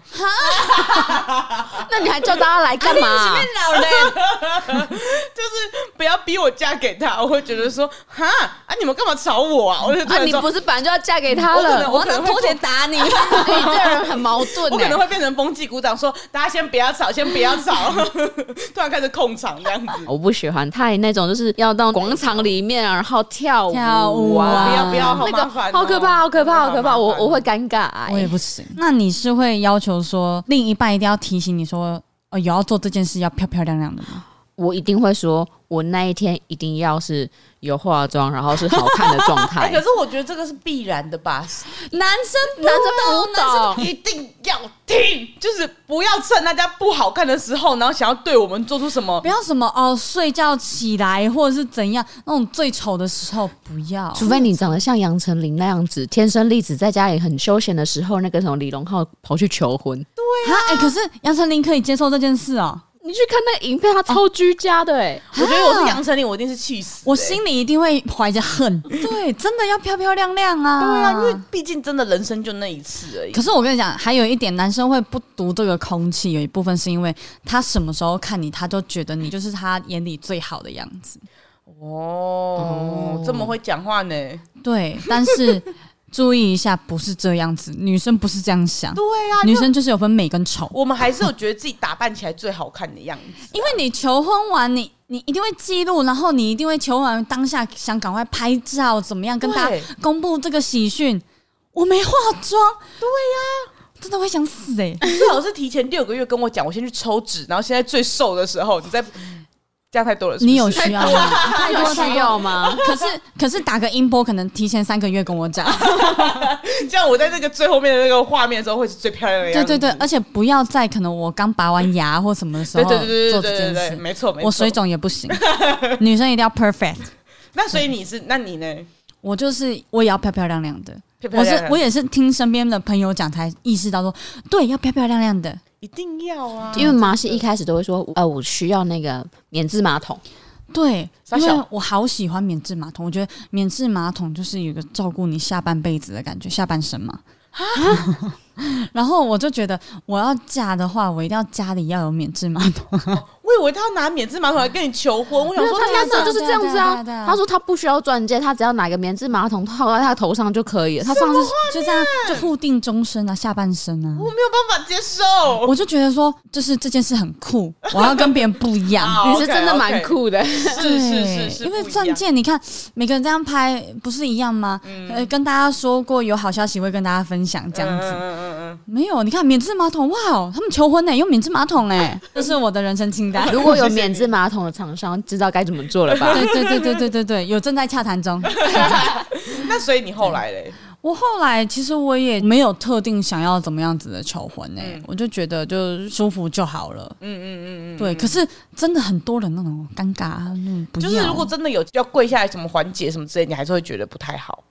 S3: 那啊你还叫大家来干嘛、
S1: 老人，
S2: 就是不要逼我嫁给他，我会觉得说，哈啊，你们干嘛吵我啊？ 我就突
S3: 啊，
S2: 然
S3: 你
S2: 说，
S3: 不是本来就要嫁给他了？
S1: 我要拿拖鞋打 你。
S3: 你这人很矛盾、欸。
S2: 我可能会变成风纪鼓掌，说大家先不要吵，先不要吵， 突然开始控场这样子。
S3: 我不喜欢太那种，就是要到广场里面啊，然后跳舞、啊、
S1: 跳舞啊
S2: 不要不要，好
S3: 那个
S2: 麻烦哦、
S3: 好可怕，好可怕，好可怕！
S2: 麻烦
S3: 我我会尴尬、
S1: 我也
S3: 欸。
S1: 不行。那你是会要求说另一半一定要提醒你说，哦，有要做这件事要漂漂亮亮的吗？
S3: 我一定会说，我那一天一定要是有化妆，然后是好看的状
S2: 哎、
S3: 态。
S2: 可是我觉得这个是必然的吧，
S1: 男生
S3: 男生不懂，
S2: 一定要听，就是不要趁大家不好看的时候，然后想要对我们做出什么
S1: 不。要什么哦，睡觉起来或者是怎样那种最丑的时候不要。
S3: 除非你长得像杨丞琳那样子，天生丽质，在家里很休闲的时候，那个什么李荣浩跑去求婚。
S1: 啊，哎、可是杨丞琳可以接受这件事哦，
S3: 你去看那个影片，他超居家的、欸，
S2: 我觉得我是杨丞琳，我一定是气死、
S1: 我
S2: 哎
S1: 心里一定会怀着恨。对，真的要漂漂亮亮啊。
S2: 对啊，因为毕竟真的人生就那一次而已。
S1: 可是我跟你讲，还有一点，男生会不读这个空气，有一部分是因为他什么时候看你，他就觉得你就是他眼里最好的样子。
S2: 哦，这么会讲话呢？
S1: 对，但是注意一下，不是这样子，女生不是这样想，
S2: 对啊，
S1: 女生就是有分美跟丑。
S2: 我们还是有觉得自己打扮起来最好看的样子。
S1: 因为你求婚完，你你一定会记录，然后你一定会求婚完当下想赶快拍照，怎么样跟大家
S2: 对
S1: 公布这个喜讯？我没化妆，对呀、真的会想死 哎、
S2: 最好是提前六个月跟我讲，我先去抽脂，然后现在最瘦的时候，你再这样太多了是不是
S1: 你有需要吗？太多太
S3: 需
S1: 多。
S3: 要吗？
S1: 可是可是打个音波，可能提前三个月跟我讲。
S2: 这样我在这个最后面的那个画面的时候会是最漂亮的
S1: 对啊
S2: 样
S1: 对
S2: 子。
S1: 对，而且不要在可能我刚拔完牙或什么的时候
S2: 对对对对
S1: 做
S2: 对
S1: 这
S2: 对
S1: 件
S2: 对，
S1: 事。
S2: 没错没错。
S1: 我水。肿也不行，女生一定要 perfect。
S2: 那所以你是，那你呢？
S1: 我就是我也要漂漂亮亮的。
S2: 漂漂
S1: 我
S2: 亮
S1: 是
S2: 亮
S1: 我也是听身边的朋友讲才意识到说，对，要漂漂亮亮的。
S2: 一定要啊，
S3: 因为麻西一开始都会说，呃，我需要那个免治马桶，
S1: 对，
S2: 傻
S1: 因
S2: 小
S1: 为我好喜欢免治马桶，我觉得免治马桶就是有一个照顾你下半辈子的感觉，下半生嘛。 然后我就觉得，我要嫁的话，我一定要家里要有免治马桶。
S2: 我以为他要拿免治马桶来跟你求婚，我想说
S3: 他
S2: 天
S3: 那时
S2: 哪
S3: 候就是这样子
S1: 对啊对啊
S3: 啊
S1: 对啊对啊。
S3: 他说他不需要钻戒，他只要拿个免治马桶套在他头上就可以了。他上次
S1: 就这样就固定终身啊，下半生啊。
S2: 我没有办法接受。
S1: 我就觉得说，就是这件事很酷，我要跟别人不一样。
S2: 好
S3: 你是真的
S2: OK，OK
S3: 蛮酷的，。
S2: 是是
S1: 对
S2: 是是，
S1: 因为
S2: 不一样
S1: 钻
S2: 嗯
S1: 戒，你看每个人这样拍不是一样吗？呃，跟大家说过有好消息会跟大家分享，这样子。
S2: 嗯嗯嗯嗯
S1: 没有，你看免治马桶，哇哦，他们求婚呢，用免治马桶 哎，这是我的人生清单
S3: 如果有免治马桶的厂商，知道该怎么做了 吧？
S1: 对对对对对对对，有正在洽谈中。
S2: 嗯。 那所以你后来嘞，
S1: 我后来其实我也没有特定想要怎么样子的求婚哎、
S2: 嗯
S1: 我就觉得就舒服就好了。嗯嗯嗯嗯，对。可是真的很多人那种尴尬，啊那种不要
S2: 就是如果真的有要跪下来什么环节什么之类，你还是会觉得不太 好。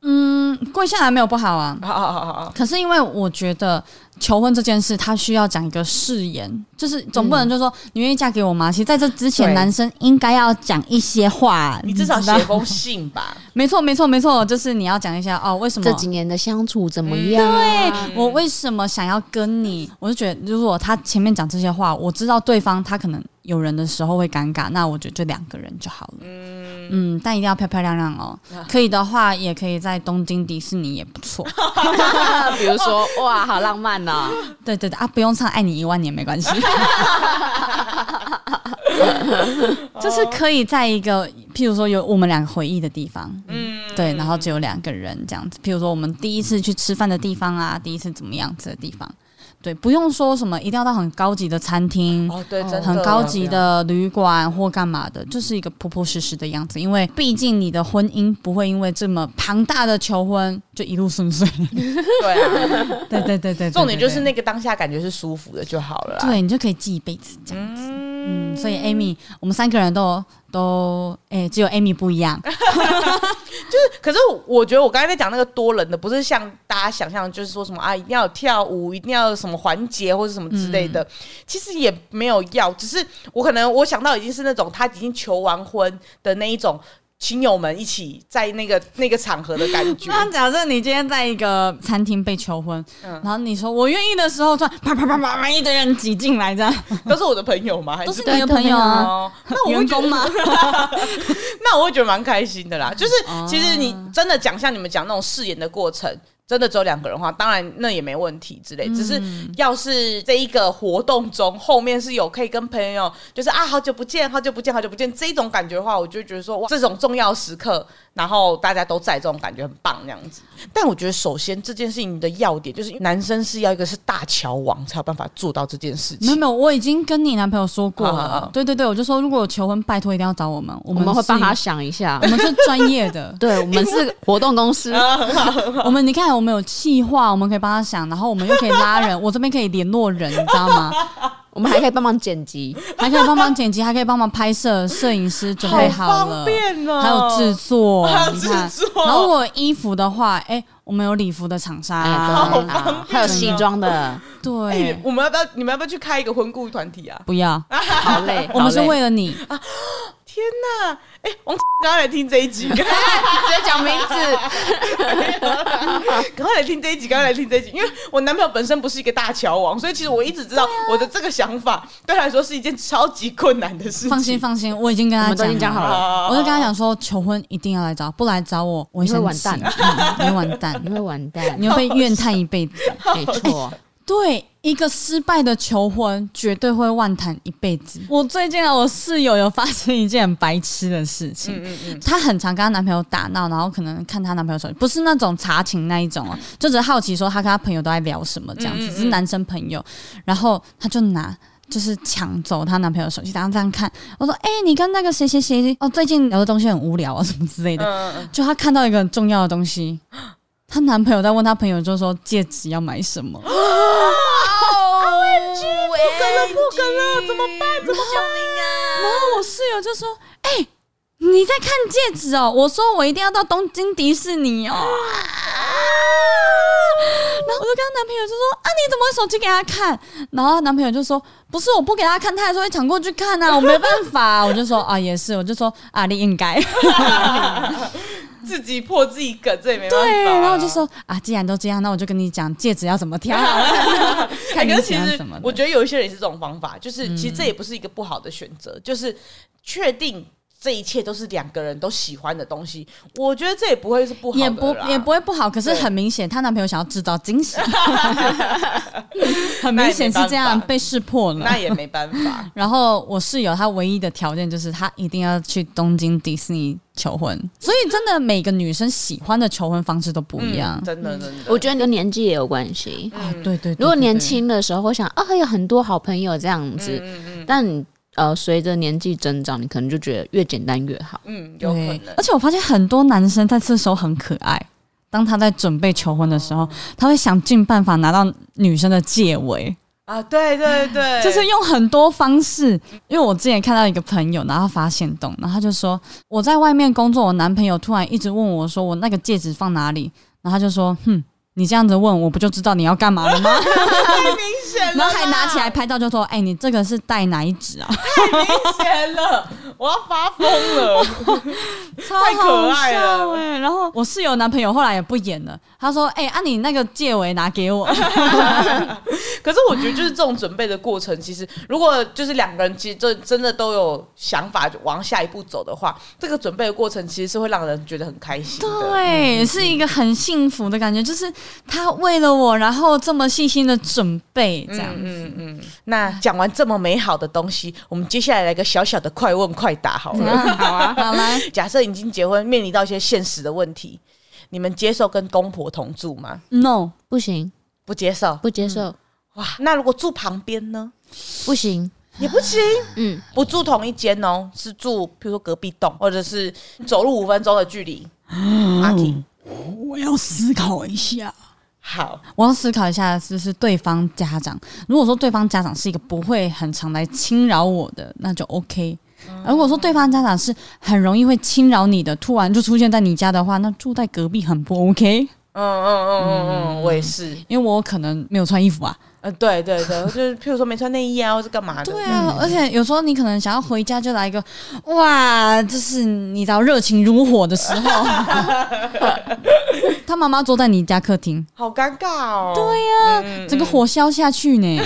S1: 嗯跪下来没有不好啊，
S2: 好好好好好，
S1: 可是因为我觉得求婚这件事，他需要讲一个誓言，就是总不能就说、你愿意嫁给我吗？其实在这之前，
S2: 对
S1: 男生应该要讲一些话，
S2: 你至少
S1: 知道
S2: 写封信吧。
S1: 没错，没错，没错，就是你要讲一下哦，为什么
S3: 这？几年的相处怎么样啊？
S1: 对我为什么想要跟你？我就觉得，如果他前面讲这些话，我知道对方他可能有人的时候会尴尬，那我觉得就两个人就好了。嗯但一定要漂漂亮亮 哦。可以的话，也可以在东京迪士尼也不错。
S3: 比如说，哇，好浪漫呐、
S1: 对对对啊，不用唱《爱你一万年》没关系，就是可以在一个譬如说有我们两个回忆的地方，嗯，对，然后只有两个人这样子，譬如说我们第一次去吃饭的地方啊，第一次怎么样子的地方，对，不用说什么一定要到很高级的餐厅。
S2: 哦，对，
S3: 哦
S2: 真的
S1: 很高级。的旅馆或干嘛的，就是一个朴朴实实的样子，因为毕竟你的婚姻不会因为这么庞大的求婚就一路顺遂。
S2: 对啊，
S1: 对对对对对
S2: 重点就是
S1: 对
S2: 那个当下感觉是舒服的就好了啦。
S1: 对你就可以记一辈子这样子。嗯，所以 Amy，我们三个人都都，哎、只有 Amy 不一样。
S2: 可是我觉得我刚才在讲那个多人的，不是像大家想象，就是说什么啊，一定要有跳舞，一定要有什么环节或者什么之类
S1: 嗯
S2: 的，其实也没有要，只是我可能我想到已经是那种他已经求完婚的那一种。亲友们一起在那个那个场合的感 觉，
S1: 那假设你今天在一个餐厅被求婚，然后你说我愿意的时候，突然啪啪啪啪啪一堆人挤进来，这样
S2: 都是我的朋友吗？还
S1: 都
S2: 是
S1: 是你的朋友啊，
S2: 哦？那我会
S1: 员
S2: 觉得
S1: 工吗？
S2: 那我会觉得蛮开心的啦。就是
S1: 哦
S2: 其实你真的讲像你们讲那种誓言的过程。真的只有两个人的话，当然那也没问题之类。只是要是这一个活动中后面是有可以跟朋友，就是啊好久不见，好久不见，好久不见这种感觉的话，我就会觉得说哇，这种重要时刻，然后大家都在，这种感觉很棒那样子。但我觉得首先这件事情的要点就是，男生是要一个是大乔王才有办法做到这件事
S1: 没有
S2: 情。
S1: 没有，我已经跟你男朋友说过
S2: 好好好
S1: 了。对对对，我就说如果有求婚，拜托一定要找我们，我
S3: 我们会
S1: 是
S3: 帮他，想一下。
S1: 我。们是专业的
S3: 对，我们是活动公司，
S1: 我们你看，我们有企划，我们可以帮他想，然后我们又可以拉人，我这边可以联络人，你知道吗？
S3: 我们还可以帮忙剪辑。
S1: 还可以帮忙剪辑，还可以帮忙拍摄，摄影师准备好了，
S2: 方便哦
S1: 还有制作，
S2: 还
S3: 哦
S2: 有
S1: 你看
S2: 制作
S1: 然后如果衣服的话，哎、我们有礼服的厂商、
S3: 哎，
S1: 啊，
S3: 对啊还有西装的，
S1: 对，
S2: 哎、我们要不要？你们要不要去开一个婚顾团体 啊？
S1: 不要，
S3: 好累。
S1: 我们是
S3: 好累
S1: 为了你，
S2: 天哪！哎、王赶快来听这 一集，赶
S3: 直接讲名字，
S2: 快来听这一集，赶快来听这一集。因为我男朋友本身不是一个大乔王，所以其实我一直知
S1: 啊
S2: 道我的这个想法对他来说是一件超级困难的事情。
S1: 放心放心，我已经跟
S3: 我
S1: 他
S3: 们都已
S1: 讲
S3: 经讲好
S1: 了。
S3: 了，
S1: 我就跟他讲说，求婚一定要来找，不来找我，我会
S3: 你会
S1: 生
S3: 完
S1: 气，
S3: 蛋
S1: 嗯你会完蛋
S3: 你，会完蛋
S1: 你。会被怨叹一辈子。
S3: 没错，
S1: 对，一个失败的求婚绝对会万谈一辈子。我最近啊，我室友有发生一件很白痴的事情，她很常跟她男朋友打闹，然后可能看她男朋友手机，不是那种查情那一种哦、就只是好奇说她跟她朋友都在聊什么这样子，是男生朋友，然后她就拿。就是抢走她男朋友的手机，然后这样看，我说：“哎、你跟那个谁谁谁哦，最近聊的东西很无聊啊，什么之类的。
S2: 嗯，
S1: 就她看到一个很重要的东西，她男朋友在问她朋友，就说戒指要买什么。
S3: 不跟了，不
S2: 跟了怎么
S3: 办？怎么救命啊！
S1: 然后我室友就说：“哎、你在看戒指哦？”我说：“我一定要到东京迪士尼哦。”然后我就跟她男朋友就说：“啊，你怎么会手机给她看？”然后她男朋友就说：“不是我不给她看，她还说会抢过去看啊，我没办法、我就说：“啊，也是。”我就说：“啊，你应 该。”
S2: 自己破自己梗，这也没办法。
S1: 对，然后我就，说：“啊，既然都这样，那我就跟你讲戒指要怎么挑好了，
S2: 哎，
S1: 看你
S2: 可是
S1: 喜
S2: 其
S1: 欢
S2: 实
S1: 什么的。”嗯
S2: 我觉得有一些人也是这种方法，就是其实这也不是一个不好的选择，就是确定。这一切都是两个人都喜欢的东西，我觉得这也不会是不好的
S1: 也不
S2: 啦
S1: 也不会不好，可是
S2: 对
S1: 很明显，她男朋友想要制造惊喜， 很明显是这
S2: 那也没办
S1: 样
S2: 法
S1: 被识破了。
S2: 那。也没办法
S1: 然后我室友她唯一的条件就是她一定要去东京迪士尼求婚，所以真的每个女生喜欢的求婚方式都不一样
S2: 嗯。真的真的，
S3: 我觉得跟年纪也有关系。
S1: 啊，对对对
S3: 如果
S1: 对
S3: 年
S1: 对
S3: 轻的时候会想啊，有很多好朋友这样子，但你呃，随着年纪增长，你可能就觉得越简单越好。
S2: 嗯有可
S1: 对
S2: 能，
S1: 而且我发现很多男生在这时候很可爱。当他在准备求婚的时候，他会想尽办法拿到女生的戒围，
S2: 啊，对对 对，
S1: 就是用很多方式，因为我之前看到一个朋友，然后发现洞，然后他就说我在外面工作，我男朋友突然一直问我说我那个戒指放哪里，然后他就说哼。你这样子问我不就知道你要干嘛了吗？
S2: 啊太明显了
S1: 然
S2: 啦，
S1: 后还拿起来拍照，就说：“哎、你这个是戴哪一指 啊
S2: 明显了，我要发疯了，？”
S1: 太
S2: 可爱了
S1: 哎、然后我室友男朋友后来也不演了，他说：“哎、啊你那个戒围拿给我。
S2: 可是我觉得就是这种准备的过程，其实如果就是两个人其实真真的都有想法往下一步走的话，这个准备的过程其实是会让人觉得很开心”的。
S1: 对，是一个很幸福的感觉，就是他为了我，然后这么细心的准备，这样子。
S2: 嗯嗯，那讲完这么美好的东西，我们接下来来个小小的快问快答好
S1: 怎
S2: 了。
S1: 样？ 好啊，好来，
S2: 假设已经结婚，面临到一些现实的问题，你们接受跟公婆同住吗？
S1: No，
S3: 不行，
S2: 不接受。
S3: 不接受，
S2: 哇，那如果住旁边呢？
S3: 不行。
S2: 也不行。
S3: 嗯，
S2: 不住同一间哦，是住譬如说隔壁栋，或者是走路五分钟的距离。阿婷，
S1: 我要思考一下。
S2: 好，
S1: 我要思考一下，就是对方家长，如果说对方家长是一个不会很常来侵扰我的，那就 OK。而如果说对方家长是很容易会侵扰你的，突然就出现在你家的话，那住在隔壁很不 OK，
S2: 嗯嗯嗯嗯嗯，我也是。
S1: 因为我可能没有穿衣服啊。
S2: 呃，对对 对，就是譬如说没穿内衣啊，或是干嘛的。
S1: 对啊，而且有时候你可能想要回家就来一个，哇，就是你知道热情如火的时候， 他妈妈坐在你家客厅，
S2: 好尴尬哦。
S1: 对呀、整个火烧下去呢。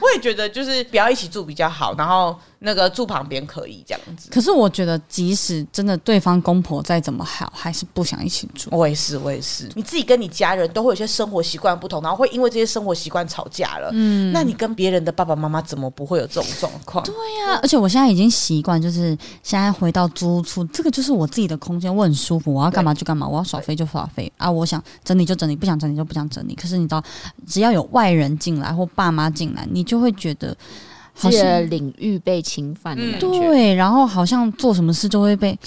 S2: 我也觉得就是不要一起住比较好，然后那个住旁边可以这样子。
S1: 可是我觉得，即使真的对方公婆再怎么好，还是不想一起住。
S2: 我也是，我也是。你自己跟你家人都会有些生活习惯不同，然后会因为这些生活习惯吵架了。嗯，啊那你跟别人的爸爸妈妈怎么不会有这种状况？
S1: 对呀、而且我现在已经习惯，就是现在回到租屋处，这个就是我自己的空间，我很舒服，我要干嘛就干嘛，我要耍飞就耍飞啊，我想整理就整理，不想整理就不想整理。可是你知道，只要有外人进来或爸妈进来，你就会觉得好
S3: 自己的
S1: 像
S3: 领域被侵犯的感觉。
S1: 嗯对，然后好像做什么事就会被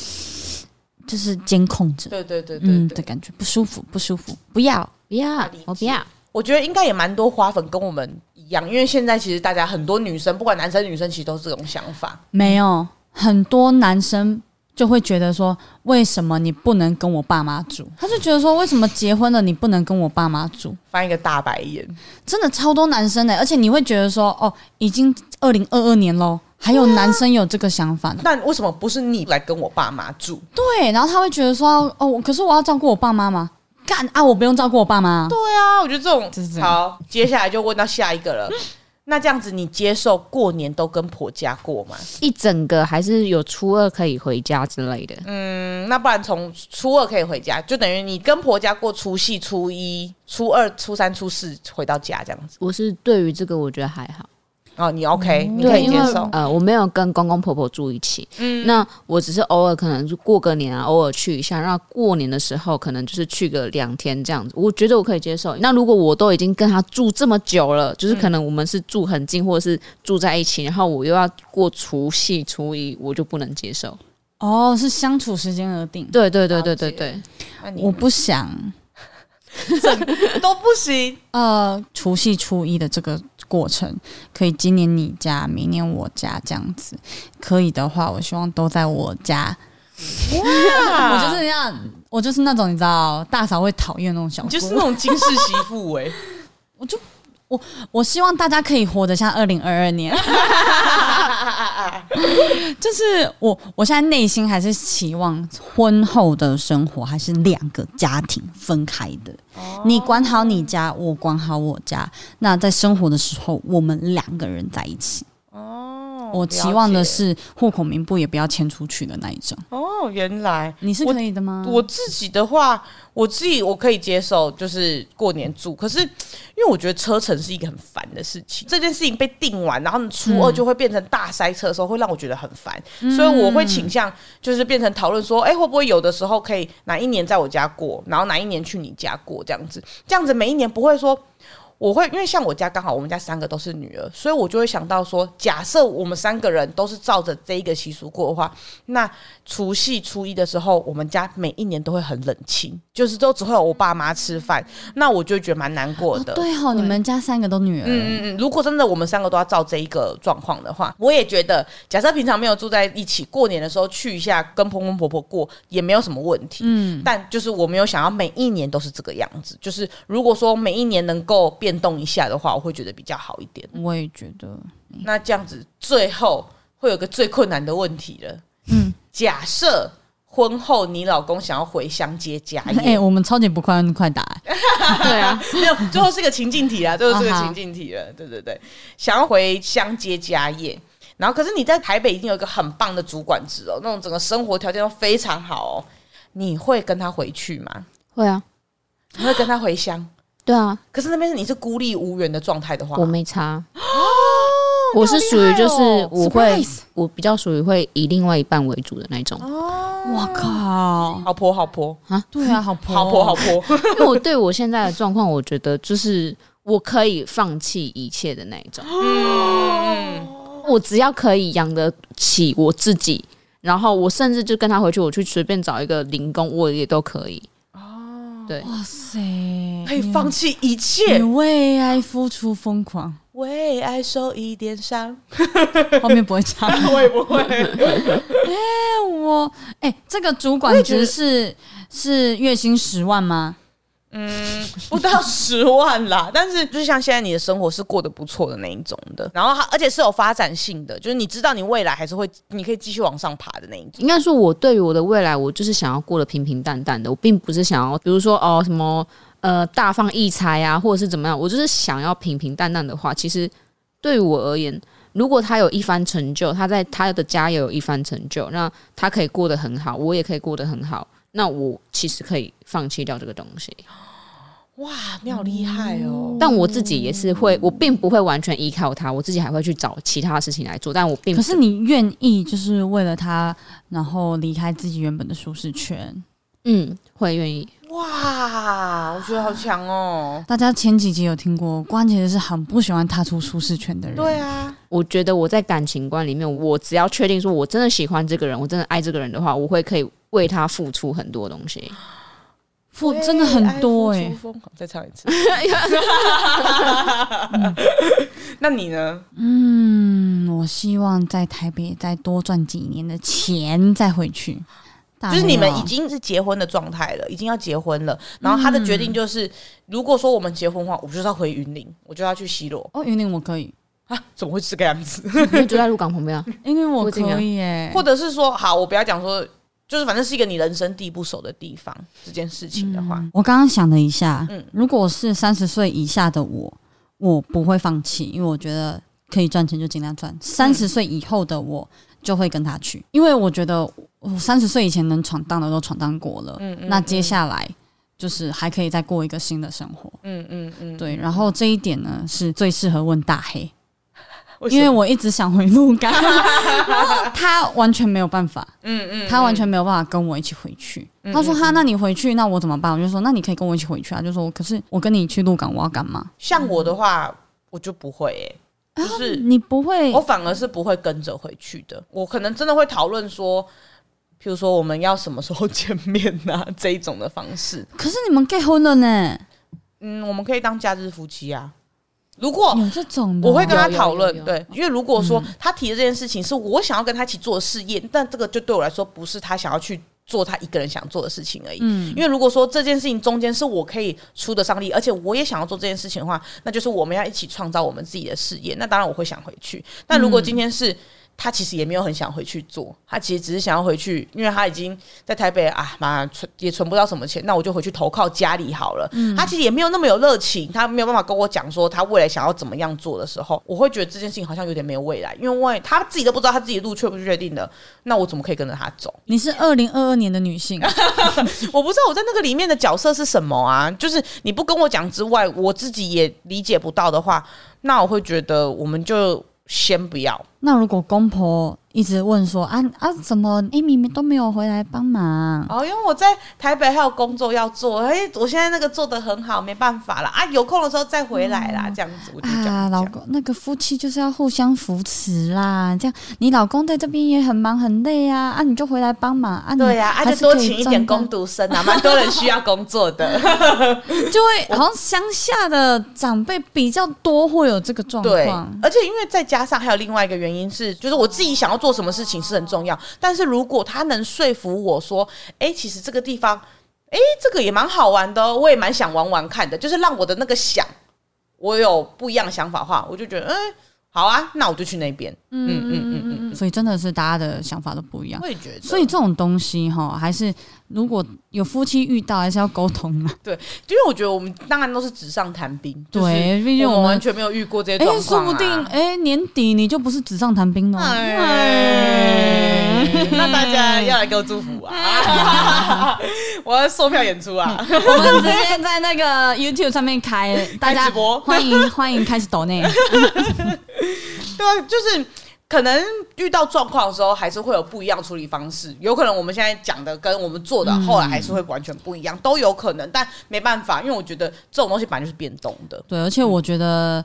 S1: 就是监控着，
S2: 对对对对
S1: 嗯
S2: 对
S1: 的。感觉，不舒服，不舒服，不要。
S3: 不要，我不要。
S2: 我觉得应该也蛮多花粉跟我们一样，因为现在其实大家很多女生，不管男生女生，其实都是这种想法。
S1: 没有，很多男生就会觉得说，为什么你不能跟我爸妈住？他就觉得说，为什么结婚了你不能跟我爸妈住？
S2: 翻一个大白眼，
S1: 真的超多男生的、欸而且你会觉得说，哦，已经二零二二年喽，还有男生有这个想法呢。
S2: 那为什么不是你来跟我爸妈住？
S1: 对，然后他会觉得说，哦，我可是我要照顾我爸妈嘛，干啊，我不用照顾我爸妈。
S2: 对啊，我觉得这种
S1: 就是这样
S2: 好，接下来就问到下一个了。那这样子，你接受过年都跟婆家过吗？
S3: 一整个还是有初二可以回家之类的。
S2: 嗯，那不然从初二可以回家，就等于你跟婆家过除夕、初一、初二、初三、初四回到家这样子。
S3: 我是对于这个我觉得还好，
S2: 哦，你 OK，你可
S3: 对，
S2: 以
S3: 因
S2: 接
S3: 为
S2: 受。
S3: 呃，我没有跟公公婆婆住一起，嗯，那我只是偶尔可能就过个年啊，偶尔去一下，然后过年的时候可能就是去个两天这样子，我觉得我可以接受。那如果我都已经跟他住这么久了，就是
S2: 嗯
S3: 可能我们是住很近，或者是住在一起，然后我又要过除夕、初一，我就不能接受。
S1: 哦，是相处时间而定。
S3: 对对对对
S2: 了
S3: 对
S2: 解
S3: 对，
S1: 我
S2: 那啊你
S1: 不想
S2: 都不 行，
S1: 呃，除夕初一的这个过程，可以今年你家，明年我家这样子，可以的话，我希望都在我家。 我就是那样，我就是那种你知道，大嫂会讨厌那种小
S2: 你
S1: 姑，
S2: 就是那种金氏媳妇 哎、
S1: 我希望大家可以活得像二零二二年，就是我，我现在内心还是期望婚后的生活还是两个家庭分开的，
S2: 哦
S1: 你管好你家，我管好我家。那在生活的时候，我们两个人在一起。
S2: 哦
S1: 我期望的
S2: 了解
S1: 是户口名簿也不要迁出去的那一种。
S2: 哦，原来
S1: 你是
S2: 我
S1: 可以的吗？
S2: 我自己的话，我自己我可以接受，就是过年住。可是因为我觉得车程是一个很烦的事情，这件事情被定完，然后你初二就会变成大塞车的时候，会让我觉得很烦。所以我会倾向就是变成讨论说，哎、会不会有的时候可以哪一年在我家过，然后哪一年去你家过这样子，这样子每一年不会说。我会因为像我家刚好我们家三个都是女儿，所以我就会想到说，假设我们三个人都是照着这一个习俗过的话，那除夕初一的时候，我们家每一年都会很冷清，就是都只会有我爸妈吃饭，那我就觉得蛮难过
S1: 哦
S2: 的。
S1: 对哦，你们家三个都女儿，
S2: 嗯嗯，如果真的我们三个都要照这一个状况的话，我也觉得，假设平常没有住在一起，过年的时候去一下跟公公婆婆过也没有什么问题。嗯，但就是我没有想要每一年都是这个样子，就是如果说每一年能够变动一下的话，我会觉得比较好一点。
S1: 我也觉得
S2: 那这样子最后会有个最困难的问题了。嗯，假设婚后你老公想要回乡接家
S1: 哎、
S2: 业，
S1: 我们超级不快快答、
S2: 哎
S3: 对啊，
S2: 没有，最后是个情境题啦，最后是个
S1: 啊哈
S2: 情境题了，对对对，想要回乡接家业。然后，可是你在台北已经有一个很棒的主管职哦，那种整个生活条件都非常好哦。你会跟他回去吗？
S3: 会啊，
S2: 你会跟他回乡？
S3: 对啊，
S2: 可是那边你是孤立无援的状态的话，
S3: 我没差。
S2: 哦
S3: 我是属于就是我会
S1: Surprise
S3: 我比较属于会以另外一半为主的那一种，
S1: 我靠，
S2: 好婆好婆
S1: 对啊，好婆
S3: 哦
S2: 好婆好 婆，
S3: 因为我对我现在的状况，我觉得就是我可以放弃一切的那一种，我只要可以养得起我自己，然后我甚至就跟他回去，我去随便找一个零工，我也都可以。对，
S1: 哇塞，
S2: 可以哎放弃一
S1: 你
S3: 嗯
S2: 切，
S1: 为爱付出疯狂，
S2: 为爱受一点伤。
S1: 后面不会 唱。哎、
S2: 会 不会？
S1: 我哎、这个主管职是是月薪十万吗？
S2: 不到十万啦，但是就像现在你的生活是过得不错的那一种的，然后它而且是有发展性的，就是你知道你未来还是会，你可以继续往上爬的那一种。
S3: 应该说，我对于我的未来，我就是想要过得平平淡淡的，我并不是想要，比如说哦什么呃大放异彩啊，或者是怎么样，我就是想要平平淡淡的话，其实对于我而言，如果他有一番成就，他在他的家也有一番成就，那他可以过得很好，我也可以过得很好，那我其实可以放弃掉这个东西，
S1: 哦
S2: 哇，你好厉害哦！
S3: 但我自己也是会，我并不会完全依靠他，我自己还会去找其他事情来做，但我并
S1: 可
S3: 不
S1: 是你愿意就是为了他，然后离开自己原本的舒适圈。
S3: 嗯会愿意。
S2: 哇，我觉得好强哦！
S1: 大家前几集有听过，关节是很不喜欢踏出舒适圈的人。
S2: 对啊，
S3: 我觉得我在感情观里面，我只要确定说我真的喜欢这个人，我真的爱这个人的话，我会可以为他付出很多东西。
S1: 付真的很多哎、
S2: 为爱付出疯狂再唱一 次。 那你呢？
S1: 嗯，我希望在台北再多赚几年的钱再回去。大
S2: 就是你
S1: 啊没
S2: 们
S1: 有
S2: 已经是结婚的状态了，已经要结婚了，然后他的决
S1: 嗯
S2: 定就是，如果说我们结婚的话，我就是要回云林，我就要去西罗
S1: 哦，云林我可以，
S2: 啊，怎么会是这个样子？
S3: 因为就在鹿港旁边啊，
S1: 因为我
S3: 附
S1: 可
S3: 近啊
S1: 以耶、
S2: 或者是说，好，我不要讲说，就是反正是一个你人生地不熟的地方，这件事情的话，
S1: 嗯我刚刚想了一下，
S2: 嗯
S1: 如果是三十岁以下的我，我不会放弃，因为我觉得可以赚钱就尽量
S2: 嗯
S1: 赚。三十岁以后的我就会跟他去，因为我觉得我三十岁以前能闯荡的都闯荡过了，
S2: 嗯嗯
S1: 那接下来就是还可以再过一个新的生活。
S2: 嗯嗯嗯，
S1: 对，然后这一点呢是最适合问大黑，因为我一直想回鹿 港，然后他完全没有办法，
S2: 嗯嗯，
S1: 他完全没有办法跟我一起回去。他说：“哈，那你回去，那我怎么办？”我就说：“那你可以跟我一起回去啊。”就说：“可是我跟你去鹿港，我要干嘛
S2: 像我
S1: 嗯
S2: 的话，我就不会诶、？”就是
S1: 啊你不会
S2: 我反而是不会跟着回去的。我可能真的会讨论说，譬如说我们要什么时候 见面呐、啊、这一种的方式。
S1: 可是你们 get 婚了呢？
S2: 嗯，我们可以当假日夫妻啊。如果
S1: 有这种的哦，
S2: 我会跟他
S3: 有有
S2: 讨
S3: 有嗯
S2: 论，
S3: 有
S2: 对，因为如果说他提的这件事情是我想要跟他一起做的事业，但这个就对我来说不是他想要去做他一个人想做的事情而已。
S1: 嗯
S2: 因为如果说这件事情中间是我可以出得上力，而且我也想要做这件事情的话，那就是我们要一起创造我们自己的事业。那当然我会想回去。但如果今天是他其实也没有很想回去做，他其实只是想要回去，因为他已经在台北啊，妈存也存不到什么钱，那我就回去投靠家里好了。他其实也没有那么有热情，他没有办法跟我讲说他未来想要怎么样做的时候，我会觉得这件事情好像有点没有未来，因为他自己都不知道他自己的路确不确定的，那我怎么可以跟着他走？
S1: 你是二零二二年的女性，
S2: 我不知道我在那个里面的角色是什么啊，就是你不跟我讲之外，我自己也理解不到的话，那我会觉得我们就先不要。
S1: 那如果公婆一直问说啊啊，怎么 Amy 都没有回来帮忙？
S2: 哦，因为我在台北还有工作要做，哎，我现在那个做的很好，没办法啦，啊，有空的时候再回来啦，这样子我就讲、
S1: 啊，老公，那个夫妻就是要互相扶持啦。这样，你老公在这边也很忙很累啊，啊，你就回来帮忙啊。你
S2: 对呀、啊，
S1: 还
S2: 就是多
S1: 可以
S2: 请一
S1: 赚
S2: 点
S1: 到
S2: 工读生啊，蛮多人需要工 作的。
S1: 就会好像乡下的长辈比较多会有这个状
S2: 对
S1: 况，。
S2: 而且因为再加上还有另外一个原因是，就是我自己想要做什么事情是很重要，但是如果他能说服我说，哎、其实这个地方，哎、这个也蛮好玩的哦，我也蛮想玩玩看的，就是让我的那个想，我有不一样的想法的话，我就觉得，嗯、好啊，那我就去那边。嗯嗯嗯嗯嗯，
S1: 所以真的是大家的想法都不一样
S2: 我。也觉得，
S1: 所以这种东西哈，还是如果有夫妻遇到，还是要沟通的。
S2: 因为我觉得我们当然都是纸上谈兵，就是
S1: 对毕竟
S2: 我
S1: 我们
S2: 完全没有遇过 这些
S1: 哎、
S2: 状
S1: 说
S2: 况、啊，
S1: 不定哎、年底你就不是纸上谈兵了。
S2: 哎，那大家要来给我祝福 啊！我要售票演出啊！
S1: 我们直接在那个 YouTube 上面开，大家
S2: 直播
S1: 欢迎欢迎开始抖内。
S2: 对啊，就是 可能遇到状况的时候，还是会有不一样处理方式。有可能我们现在讲的跟我们做的，后来还是会完全不一样，都有可能。但没办法，因为我觉得这种东西本来就是变动的。
S1: 对，而且我觉得，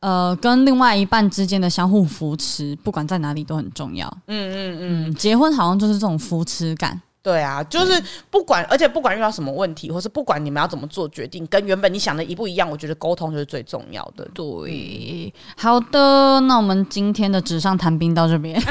S1: 呃，跟另外一半之间的相互扶持，不管在哪里都很重要。
S2: 嗯嗯嗯，
S1: 嗯，结婚好像就是这种扶持感。
S2: 对啊，就是
S1: 嗯
S2: 不管，而且不管遇到什么问题，或是不管你们要怎么做决定，跟原本你想的一不一样，我觉得沟通就是最重要的。
S1: 对，好的，那我们今天的纸上谈兵到这 边，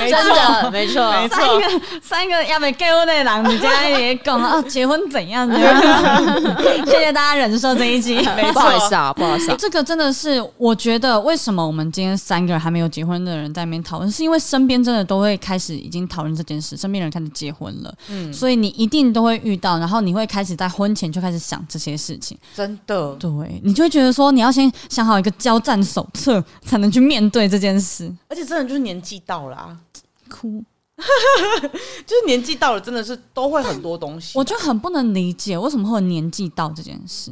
S2: 没
S3: 真的 没错，
S1: 三
S2: 没错，
S1: 个三个要被 g 婚的人，你家也讲啊，结婚怎样怎样， 谢谢大家忍受这一集。
S2: 没
S3: 不好意
S2: 错
S3: 思。啊，不好意思、
S1: 欸
S3: 啊，
S1: 这个真的是，我觉得为什么我们今天三个还没有结婚的人在那边讨论，是因为身边真的都会开始已经讨论这件事，身边人开始结婚了，嗯，所以你一定都会遇到，然后你会开始在婚前就开始想这些事情，
S2: 真的，
S1: 对你就会觉得说你要先想好一个交战手册，才能去面对这件事。
S2: 而且真的就是年纪到了、啊，
S1: 哭，
S2: 就是年纪到了，真的是都会很多东西。
S1: 我就很不能理解为什么会有年纪到这件事。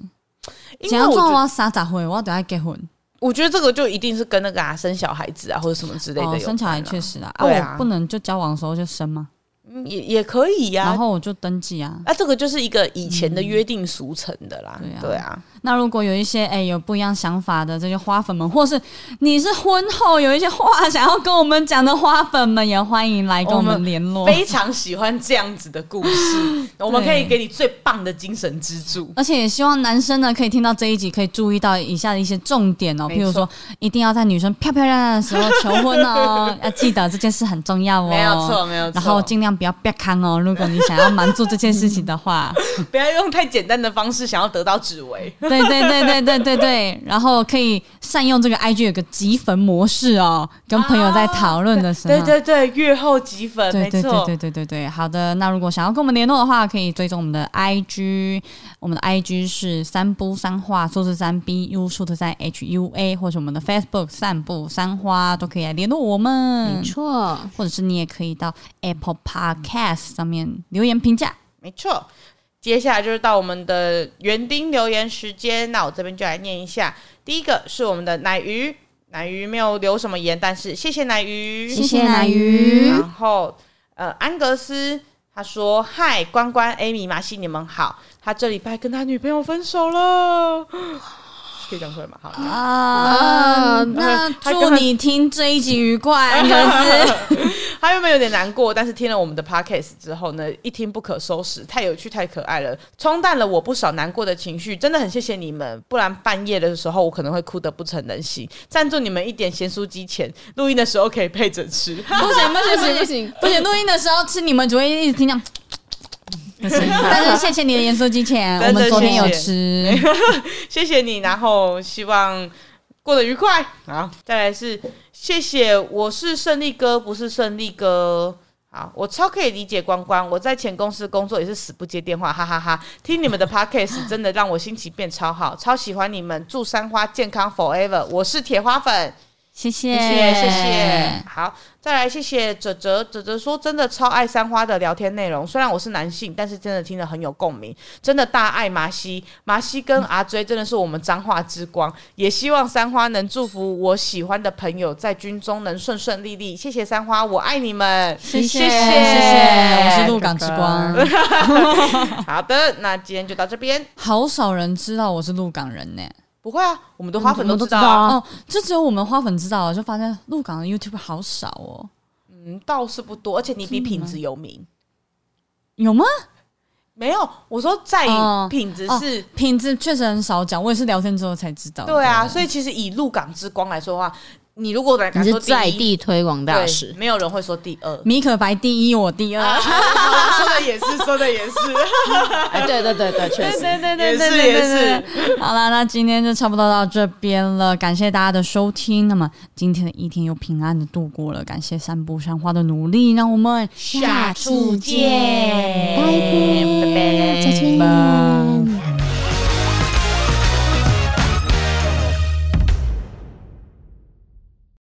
S2: 因
S1: 怎
S2: 为
S1: 样
S2: 我
S1: 做
S2: 觉
S1: 我
S2: 得，
S1: 要傻咋会，我要等下结婚。
S2: 我觉得这个就一定是跟那个啊生小孩子啊或者什么之类的有
S1: 哦，
S2: 关啊、
S1: 生小孩确实啊，
S2: 对
S1: 啊，
S2: 啊
S1: 我不能就交往的时候就生嘛，
S2: 嗯也也可以呀、
S1: 然
S2: 啊。
S1: 后我就登记啊。
S2: 啊，这个就是一个以前的约定俗成的啦，
S1: 对啊
S2: 对啊，
S1: 那如果有一些哎、有不一样想法的这些花粉们，或是你是婚后有一些话想要跟我们讲的花粉们，也欢迎来跟我们联络。
S2: 非常喜欢这样子的故 事，我们可以给你最棒的精神支柱。
S1: 而且也希望男生呢可以听到这一集，可以注意到以下的一些重点哦，
S2: 没
S1: 譬如说一定要在女生漂漂亮亮的时候求婚 哦，要记得这件事很重要哦。
S2: 没有错，。没有错。
S1: 然后尽量不要别看哦，如果你想要瞒住这件事情的 话，
S2: 不要用太简单的方式想要得到指围。
S1: 对对对对对对对，然后可以善用这个 IG 有个集粉模式哦，跟朋友在讨论的时候，
S2: 啊对对对，月后积分，
S1: 对
S2: 没
S1: 对对
S2: 错
S1: 对。对对对，好的。那如果想要跟我们联络的话，可以追踪我们的 IG，我们的 IG 是三不三话，数字三 B U 数字三 H U A，或者我们的 Facebook 散步三花都可以来联络我
S3: 没
S1: 们，
S3: 错。
S1: 或者是你也可以到 Apple Podcast 上面留言评价。
S2: 没错。接下来就是到我们的园丁留言时间，那我这边就来念一下。第一个是我们的奶鱼，奶鱼没有留什么言，但是谢谢奶鱼，
S1: 谢谢奶鱼
S2: 然后呃，安格斯他说：“嗨，关关、Amy、马西，你们好。他这礼拜跟他女朋友分手了， 可以讲出来吗？好，
S1: 啊，那祝你听这一集愉快，可是
S2: 他原本有点难过，但是听了我们的 podcast 之后呢，一听不可收拾，太有趣，太可爱了，冲淡了我不少难过的情绪，真的很谢谢你们，不然半夜的时候我可能会哭得不成人形。赞助你们一点咸酥鸡钱，录音的时候可以配着吃。
S1: 不行不行
S3: 不
S1: 不
S3: 行
S1: 行
S3: 不
S1: 不
S3: 行
S1: 行不行，录音的时候吃你们只会一直听讲。不行但是谢谢你的盐酥鸡钱，
S2: 真的
S1: 我们昨天有
S2: 谢谢
S1: 吃。
S2: 谢谢你，然后希望过得愉快。好，再来是谢谢，我是胜利哥，不是胜利哥。好，我超可以理解关关，我在前公司工作也是死不接电话，哈哈哈听你们的 podcast 真的让我心情变超好，超喜欢你们，祝三花健康 forever，我是铁花粉。
S1: 谢谢
S2: 谢谢谢谢。好，再来谢谢哲哲哲哲说真的超爱三花的聊天内容，虽然我是男性，但是真的听得很有共鸣，真的大爱麻西麻西跟阿追真的是我们彰化之光，也希望三花能祝福我喜欢的朋友在军中能顺顺利利，谢谢三花，我爱你们，
S1: 谢谢谢
S2: 谢谢
S1: 谢，我是鹿港之光，
S2: 好的，那今天就到这边，
S1: 好少人知道我是鹿港人呢、
S2: 不会啊，我们的花粉都
S3: 我们都
S2: 知道
S3: 知道
S2: 啊，
S3: 啊
S1: 哦，就只有我们花粉知道了，就发现鹿港的 YouTube 好少哦，
S2: 嗯，倒是不多，而且你比品质有名，
S1: 有吗？
S2: 没有，我说在
S1: 哦
S2: 品质是。
S1: 品质确实很少讲，我也是聊天之后才知道的。。
S2: 对啊，所以其实以鹿港之光来说的话，你如果来
S3: 你
S2: 敢
S3: 是
S2: 说
S3: 在
S2: 第一，
S3: 地推广大使
S2: 对，。没有人会说第二
S1: 米可白第一，我第
S2: 啊
S1: 二。
S2: 说的也是，说的也是，
S3: 哎，对对对对，确实。
S1: 对对对
S2: 也
S1: 对
S2: 是
S1: 对对
S2: 也
S1: 对
S2: 是。
S1: 好了，那今天就差不多到这边了，感谢大家的收听。那么今天的一天又平安的度过了，感谢散步山花的努力，让我们
S2: 下次见
S1: 拜拜
S2: 拜拜
S1: 拜。